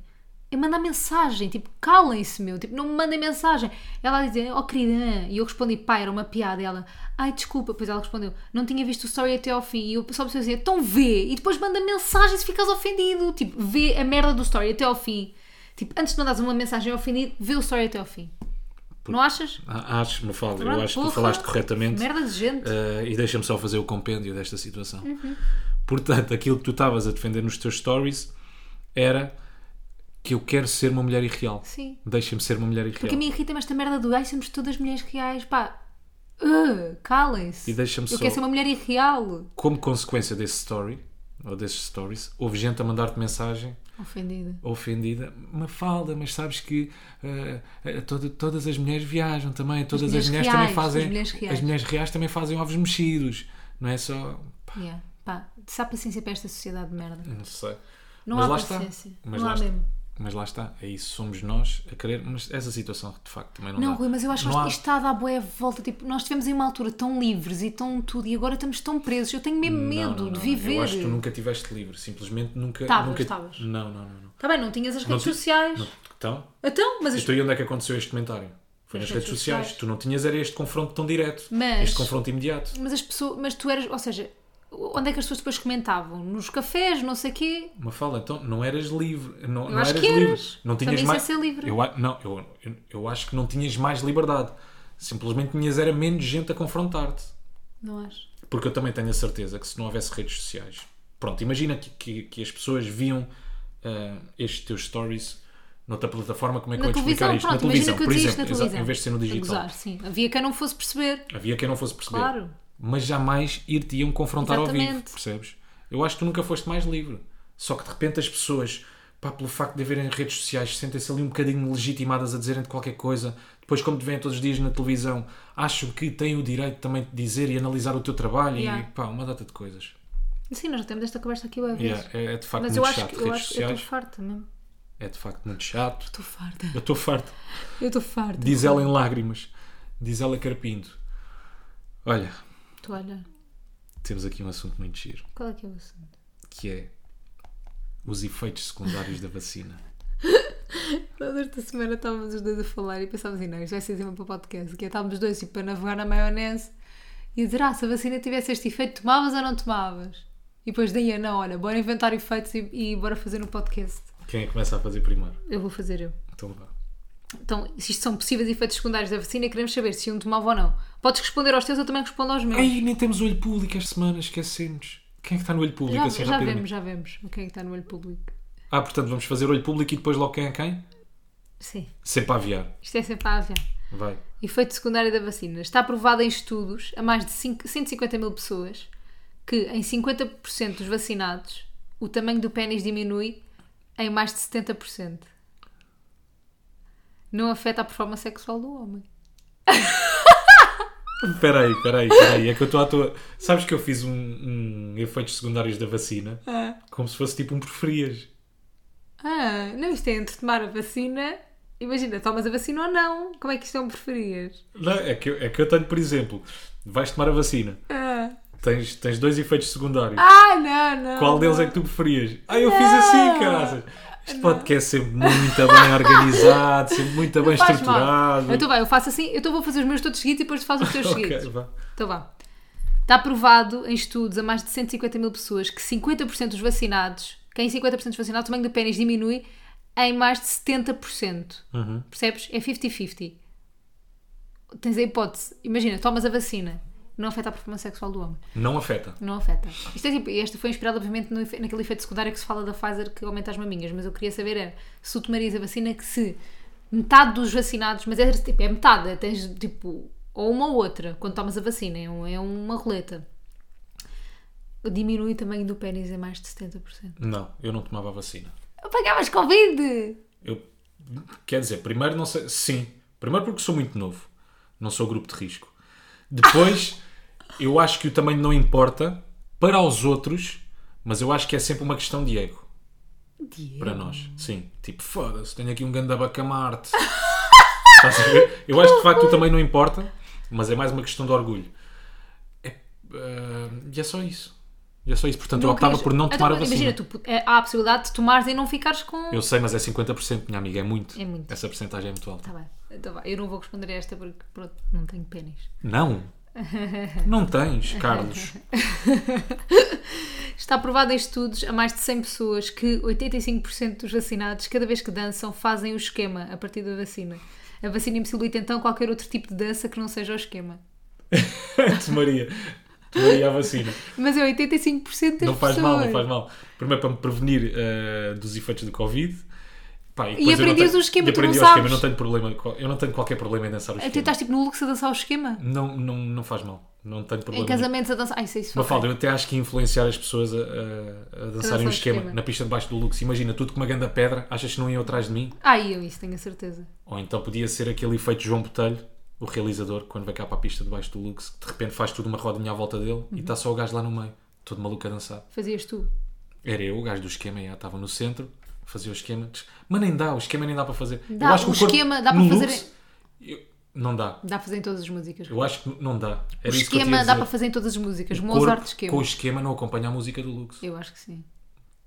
Speaker 2: é mandar mensagem. Tipo, calem-se, meu. Tipo, não me mandem mensagem. Ela dizia, oh querida. E eu respondi, pá, era uma piada. E ela, ai desculpa. Pois ela respondeu, não tinha visto o story até ao fim. E eu só me dizer, então vê. E depois manda mensagem se ficas ofendido. Tipo, vê a merda do story até ao fim. Tipo, antes de mandares uma mensagem ofendida, vê o story até ao fim. Não achas?
Speaker 1: Ah, Acho, Mafalda, eu
Speaker 2: Pronto,
Speaker 1: acho que tu
Speaker 2: porra.
Speaker 1: falaste corretamente.
Speaker 2: Merda de gente.
Speaker 1: Uh, e deixa-me só fazer o compêndio desta situação.
Speaker 2: Uhum.
Speaker 1: Portanto, aquilo que tu estavas a defender nos teus stories era que eu quero ser uma mulher irreal.
Speaker 2: Sim.
Speaker 1: Deixa-me ser uma mulher
Speaker 2: Porque
Speaker 1: irreal.
Speaker 2: a mim irrita-me esta merda do ai, somos todas mulheres reais, pá. Uh, Calem-se.
Speaker 1: E deixa-me
Speaker 2: Eu
Speaker 1: só-
Speaker 2: quero ser uma mulher irreal.
Speaker 1: Como consequência desse story, ou desses stories, houve gente a mandar-te mensagem
Speaker 2: Ofendida.
Speaker 1: ofendida. Mafalda, mas sabes que uh, uh, toda- todas as mulheres viajam também, todas as
Speaker 2: mulheres
Speaker 1: mulheres,
Speaker 2: reais,
Speaker 1: também fazem.
Speaker 2: as mulheres reais.
Speaker 1: as mulheres reais também fazem ovos mexidos. Não é só.
Speaker 2: Yeah. Pá, se há paciência para esta sociedade de merda.
Speaker 1: Não sei.
Speaker 2: Não
Speaker 1: Mas
Speaker 2: há
Speaker 1: lá está.
Speaker 2: paciência.
Speaker 1: Mas
Speaker 2: não
Speaker 1: lá
Speaker 2: há
Speaker 1: está.
Speaker 2: mesmo.
Speaker 1: Mas lá está, é isso, somos nós a querer, mas essa situação de facto também não,
Speaker 2: Não,
Speaker 1: dá.
Speaker 2: Rui, mas eu acho que
Speaker 1: Não
Speaker 2: nós-
Speaker 1: há-
Speaker 2: isto está a dar boa volta. Tipo, nós estivemos em uma altura tão livres e tão tudo, e agora estamos tão presos. Eu tenho mesmo
Speaker 1: Não,
Speaker 2: medo
Speaker 1: não, não,
Speaker 2: de
Speaker 1: não.
Speaker 2: viver.
Speaker 1: Eu acho que tu nunca tiveste livre, simplesmente nunca.
Speaker 2: Estavas,
Speaker 1: nunca...
Speaker 2: estavas.
Speaker 1: Não, não, não. não.
Speaker 2: Está Tá bem, não tinhas as
Speaker 1: Não
Speaker 2: redes
Speaker 1: ti-
Speaker 2: sociais.
Speaker 1: Não- Então,
Speaker 2: Então, mas as-
Speaker 1: então e onde é que aconteceu este comentário? Foi nas redes sociais. Tu não tinhas era este confronto tão direto,
Speaker 2: Mas-
Speaker 1: este confronto imediato.
Speaker 2: mas as pessoas, mas tu eras, ou seja, onde é que as pessoas depois comentavam? Nos cafés, não sei quê.
Speaker 1: Uma fala, então não eras livre. Não, não
Speaker 2: acho
Speaker 1: eras
Speaker 2: que
Speaker 1: livre.
Speaker 2: eras.
Speaker 1: Não
Speaker 2: Também
Speaker 1: tinhas
Speaker 2: isso
Speaker 1: mais.
Speaker 2: é ser livre.
Speaker 1: Eu, a- não, eu, eu, eu acho que não tinhas mais liberdade. Simplesmente tinhas era menos gente a confrontar-te.
Speaker 2: Não acho.
Speaker 1: Porque eu também tenho a certeza que se não houvesse redes sociais. Pronto, imagina que, que, que as pessoas viam ah, estes teus stories noutra plataforma, como é que
Speaker 2: Na
Speaker 1: eu ia explicar
Speaker 2: televisão,
Speaker 1: isto? na
Speaker 2: pronto,
Speaker 1: televisão,
Speaker 2: imagina que eu
Speaker 1: por
Speaker 2: dizia
Speaker 1: exemplo,
Speaker 2: isto na
Speaker 1: exa-
Speaker 2: televisão.
Speaker 1: em vez de ser no
Speaker 2: A
Speaker 1: digital.
Speaker 2: gozar, sim. Havia quem não fosse perceber.
Speaker 1: Havia quem não fosse perceber.
Speaker 2: Claro.
Speaker 1: Mas jamais ir te iam confrontar ao vivo,
Speaker 2: Exatamente.
Speaker 1: percebes? Eu acho que tu nunca foste mais livre. Só que de repente as pessoas, pá, pelo facto de haverem redes sociais, sentem-se ali um bocadinho legitimadas a dizerem de qualquer coisa. Depois, como te veem todos os dias na televisão, acham que têm o direito também de dizer e analisar o teu trabalho
Speaker 2: Yeah.
Speaker 1: e pá, uma data de coisas.
Speaker 2: Sim, nós já temos esta conversa aqui várias
Speaker 1: Yeah,
Speaker 2: vezes.
Speaker 1: é, é de facto
Speaker 2: Mas eu
Speaker 1: muito
Speaker 2: acho
Speaker 1: chato.
Speaker 2: que eu
Speaker 1: redes
Speaker 2: acho eu estou
Speaker 1: sociais
Speaker 2: farta mesmo.
Speaker 1: é de facto muito chato.
Speaker 2: Estou farta.
Speaker 1: Eu estou farto.
Speaker 2: Eu estou farta.
Speaker 1: Diz ela em lágrimas. Diz ela carpindo. Olha,
Speaker 2: Tu olha,
Speaker 1: temos aqui um assunto muito giro.
Speaker 2: qual é que é o assunto?
Speaker 1: que é os efeitos secundários da vacina.
Speaker 2: Nós esta semana estávamos os dois a falar e pensávamos assim, não, isto vai ser tema para o podcast, que é, estávamos os dois tipo, a navegar na maionese e a dizer, ah, se a vacina tivesse este efeito, tomavas ou não tomavas? E depois daí, eu, não, olha, bora inventar efeitos e, e bora fazer no podcast.
Speaker 1: Quem é que começa a fazer primeiro?
Speaker 2: Eu vou fazer eu.
Speaker 1: Então vá.
Speaker 2: Então, se isto são possíveis efeitos secundários da vacina, queremos saber se um tomava ou não. Podes responder aos teus, eu também respondo aos meus.
Speaker 1: Ei, nem temos olho público esta semana, esquecemos. Quem é que está no olho público
Speaker 2: já
Speaker 1: assim
Speaker 2: já
Speaker 1: rapidamente?
Speaker 2: vemos, já vemos o que é que está no olho público.
Speaker 1: Ah, portanto vamos fazer olho público e depois logo quem é quem?
Speaker 2: Sim,
Speaker 1: Sempre a aviar.
Speaker 2: isto é sempre a aviar.
Speaker 1: Vai.
Speaker 2: Efeito secundário da vacina. Está provado em estudos a mais de cinco- 150 mil pessoas que, em 50% dos vacinados, o tamanho do pênis diminui em mais de 70%. Não afeta a performance sexual do homem.
Speaker 1: Espera aí, espera aí, espera aí. É que eu estou à toa. Sabes que eu fiz um, um efeitos secundários da vacina?
Speaker 2: É.
Speaker 1: Como se fosse tipo um preferias.
Speaker 2: Ah, não, isto é entre tomar a vacina. Imagina, tomas a vacina ou não? Como é que isto é um preferias?
Speaker 1: Não, é, que eu, é que eu tenho, por exemplo, vais tomar a vacina,
Speaker 2: Ah,
Speaker 1: tens, tens dois efeitos secundários.
Speaker 2: Ah, não, não.
Speaker 1: Qual deles é que tu preferias? Ah, eu fiz assim, caraças. Este podcast é sempre muito bem organizado, sempre muito bem
Speaker 2: Faz mal.
Speaker 1: é estruturado.
Speaker 2: Então é vai, eu faço assim, eu então vou fazer os meus todos seguidos e depois tu fazes os teus
Speaker 1: Ok,
Speaker 2: seguidos.
Speaker 1: vá.
Speaker 2: Então vá. Está provado em estudos a mais de 150 mil pessoas que 50% dos vacinados, que em 50% dos vacinados o tamanho do pênis diminui em mais de 70%.
Speaker 1: Uhum.
Speaker 2: Percebes? É 50-50. Tens a hipótese. Imagina, tomas a vacina. Não afeta a performance sexual do homem.
Speaker 1: Não afeta.
Speaker 2: Não afeta. Isto é tipo, esta foi inspirada, obviamente, no efe- naquele efeito secundário que se fala da Pfizer que aumenta as maminhas, mas eu queria saber é, se tu tomarias a vacina que se metade dos vacinados, mas é tipo, é metade, é, tens tipo, ou uma ou outra, quando tomas a vacina, é, um- é uma roleta. Diminui o tamanho do pênis em mais de 70%.
Speaker 1: Não, eu não tomava a vacina.
Speaker 2: Apagavas Covid!
Speaker 1: Eu, quer dizer, primeiro não sei. Sim. Primeiro porque sou muito novo. Não sou grupo de risco. Depois, eu acho que o tamanho não importa para os outros, mas eu acho que é sempre uma questão de ego.
Speaker 2: Diego.
Speaker 1: para nós. Sim, tipo, foda-se, tenho aqui um ganda bacamarte. Estás a ver? Eu acho que de facto também não importa, mas é mais uma questão de orgulho. É, ah, e é só isso. E é só isso. Portanto, eu optava
Speaker 2: querias-
Speaker 1: por não
Speaker 2: Então,
Speaker 1: tomar a vacina.
Speaker 2: imagina, tu, pu- é, há a possibilidade de tomares e não ficares com.
Speaker 1: Eu sei, mas é 50%, minha amiga, é muito.
Speaker 2: É muito.
Speaker 1: Essa porcentagem é muito alta.
Speaker 2: Tá bem. Então, vá, eu não vou responder a esta porque, pronto, não tenho pênis.
Speaker 1: Não. Não tens, Carlos.
Speaker 2: Está provado em estudos a mais de 100 pessoas que 85% dos vacinados, cada vez que dançam, fazem o esquema a partir da vacina. A vacina impossibilita então qualquer outro tipo de dança que não seja o esquema.
Speaker 1: Tomaria. Tomaria a vacina.
Speaker 2: Mas é 85% das
Speaker 1: Não faz
Speaker 2: pessoas.
Speaker 1: mal, não faz mal. Primeiro para me prevenir ah, dos efeitos do Covid. Pá, depois eu não
Speaker 2: aprendias
Speaker 1: tenho-
Speaker 2: o esquema,
Speaker 1: e
Speaker 2: tu
Speaker 1: aprendi
Speaker 2: não
Speaker 1: o esquema, eu
Speaker 2: sabes.
Speaker 1: não tenho problema, co- eu não tenho qualquer problema em dançar o
Speaker 2: Até
Speaker 1: esquema.
Speaker 2: estás tipo no luxo a dançar o esquema?
Speaker 1: Não, não, não faz mal. Não tenho problema.
Speaker 2: Em casamentos a dançar. Ai, sei isso.
Speaker 1: Uma
Speaker 2: foi.
Speaker 1: falda, eu até acho que influenciar as pessoas a, a- a dançarem
Speaker 2: o
Speaker 1: um esquema,
Speaker 2: esquema.
Speaker 1: na pista debaixo do Lux. Imagina, tudo com uma ganda pedra, achas que não iam atrás de mim?
Speaker 2: Ai, eu isso tenho a certeza.
Speaker 1: Ou então podia ser aquele efeito João Botelho, o realizador, quando vai cá para a pista debaixo do Lux, que de repente faz tudo uma rodinha à volta dele
Speaker 2: Uhum.
Speaker 1: e está só o gajo lá no meio, todo maluco a dançar.
Speaker 2: Fazias tu.
Speaker 1: Era eu, o gajo do esquema, já estava no centro, fazia o esquema. Mas nem dá, o esquema nem dá para fazer.
Speaker 2: Dá, o esquema dá para
Speaker 1: no
Speaker 2: fazer
Speaker 1: Lux, eu- não dá.
Speaker 2: Dá para fazer em todas as músicas.
Speaker 1: Eu acho que não dá.
Speaker 2: o
Speaker 1: Era isso que eu tinha
Speaker 2: esquema
Speaker 1: a
Speaker 2: dá
Speaker 1: dizer.
Speaker 2: para fazer em todas as músicas.
Speaker 1: O
Speaker 2: Mozart
Speaker 1: corpo
Speaker 2: esquema.
Speaker 1: Com o esquema não acompanha a música do Lux.
Speaker 2: Eu acho que sim.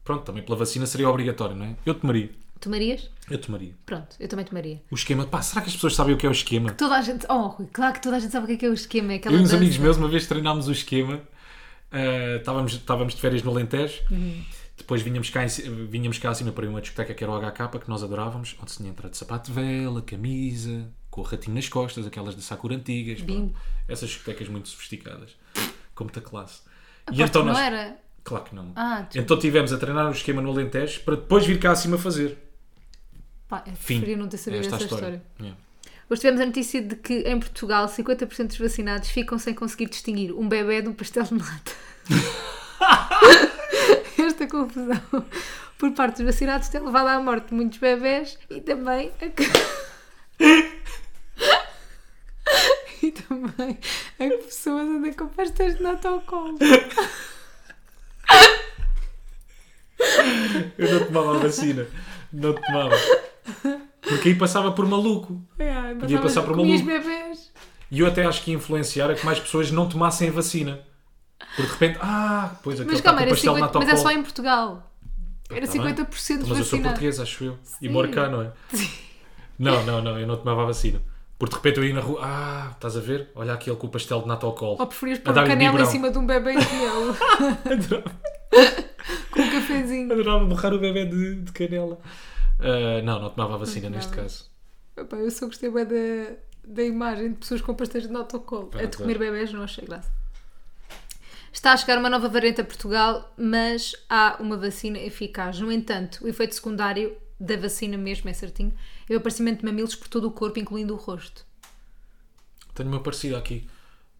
Speaker 1: Pronto, também pela vacina seria obrigatório, não é? Eu tomaria.
Speaker 2: Tomarias?
Speaker 1: Eu tomaria.
Speaker 2: Pronto, eu também tomaria.
Speaker 1: O esquema, pá, será que as pessoas sabem o que é o esquema?
Speaker 2: Toda a gente. Oh, Rui, claro que toda a gente sabe o que é, que é o esquema. é Aquela
Speaker 1: Eu e uns
Speaker 2: dança.
Speaker 1: amigos meus, uma vez treinámos o esquema, ah, estávamos, estávamos de férias no Alentejo,
Speaker 2: Uhum.
Speaker 1: depois vínhamos cá, em ci- vínhamos cá acima para uma discoteca que era o HK, que nós adorávamos, onde se tinha entrado de sapato de vela, camisa, com o ratinho nas costas, aquelas de Sakura antigas, pá.
Speaker 2: Bimbo.
Speaker 1: essas discotecas muito sofisticadas, com muita classe. então
Speaker 2: Aposto que Ah, não era.
Speaker 1: Claro que não.
Speaker 2: Ah, desculpa.
Speaker 1: então tivemos a treinar o esquema no Alentejo para depois vir cá acima fazer.
Speaker 2: Pá, eu
Speaker 1: Fim.
Speaker 2: preferia não ter sabido
Speaker 1: Esta é
Speaker 2: essa
Speaker 1: a
Speaker 2: história.
Speaker 1: Yeah.
Speaker 2: Hoje tivemos a notícia de que em Portugal 50% dos vacinados ficam sem conseguir distinguir um bebê de um pastel de nata. Esta confusão por parte dos vacinados tem levado à morte de muitos bebés e também a... ca- e também a que pessoas andam com pastéis de nata ao colo.
Speaker 1: Eu não tomava a vacina. Não tomava. Porque aí passava por maluco.
Speaker 2: Yeah,
Speaker 1: Podia passar por
Speaker 2: comias
Speaker 1: maluco.
Speaker 2: bebés.
Speaker 1: E eu até acho que ia influenciar a que mais pessoas não tomassem a vacina. Porque de repente, ah, pois aquele
Speaker 2: Mas
Speaker 1: está
Speaker 2: calma,
Speaker 1: com
Speaker 2: era
Speaker 1: pastel
Speaker 2: 50...
Speaker 1: natal.
Speaker 2: mas é só em Portugal. Era
Speaker 1: Tá bem.
Speaker 2: 50% dos
Speaker 1: Mas eu sou
Speaker 2: vacinados.
Speaker 1: português, acho eu. E moro cá, não é? Não, não, não, eu não tomava a vacina. Porque de repente eu ia na rua, ah, estás a ver? Olha aquele com o pastel de nata ao colo.
Speaker 2: Ou preferias
Speaker 1: A
Speaker 2: pôr
Speaker 1: dar-lhe
Speaker 2: canela em
Speaker 1: biberão.
Speaker 2: cima de um bebê e miel,
Speaker 1: Adorava,
Speaker 2: com um cafezinho.
Speaker 1: adorava borrar o bebê de, de canela. Ah, não, não tomava a vacina neste
Speaker 2: tomava.
Speaker 1: caso.
Speaker 2: Epá, eu só gostei bem da, da imagem de pessoas com pastéis de autocolo.
Speaker 1: Ah,
Speaker 2: A de
Speaker 1: tá.
Speaker 2: comer bebés não achei graça. Está a chegar uma nova variante a Portugal, mas há uma vacina eficaz. No entanto, o efeito secundário da vacina mesmo é certinho, é o aparecimento de mamilos por todo o corpo, incluindo o rosto.
Speaker 1: Tenho uma parecida aqui.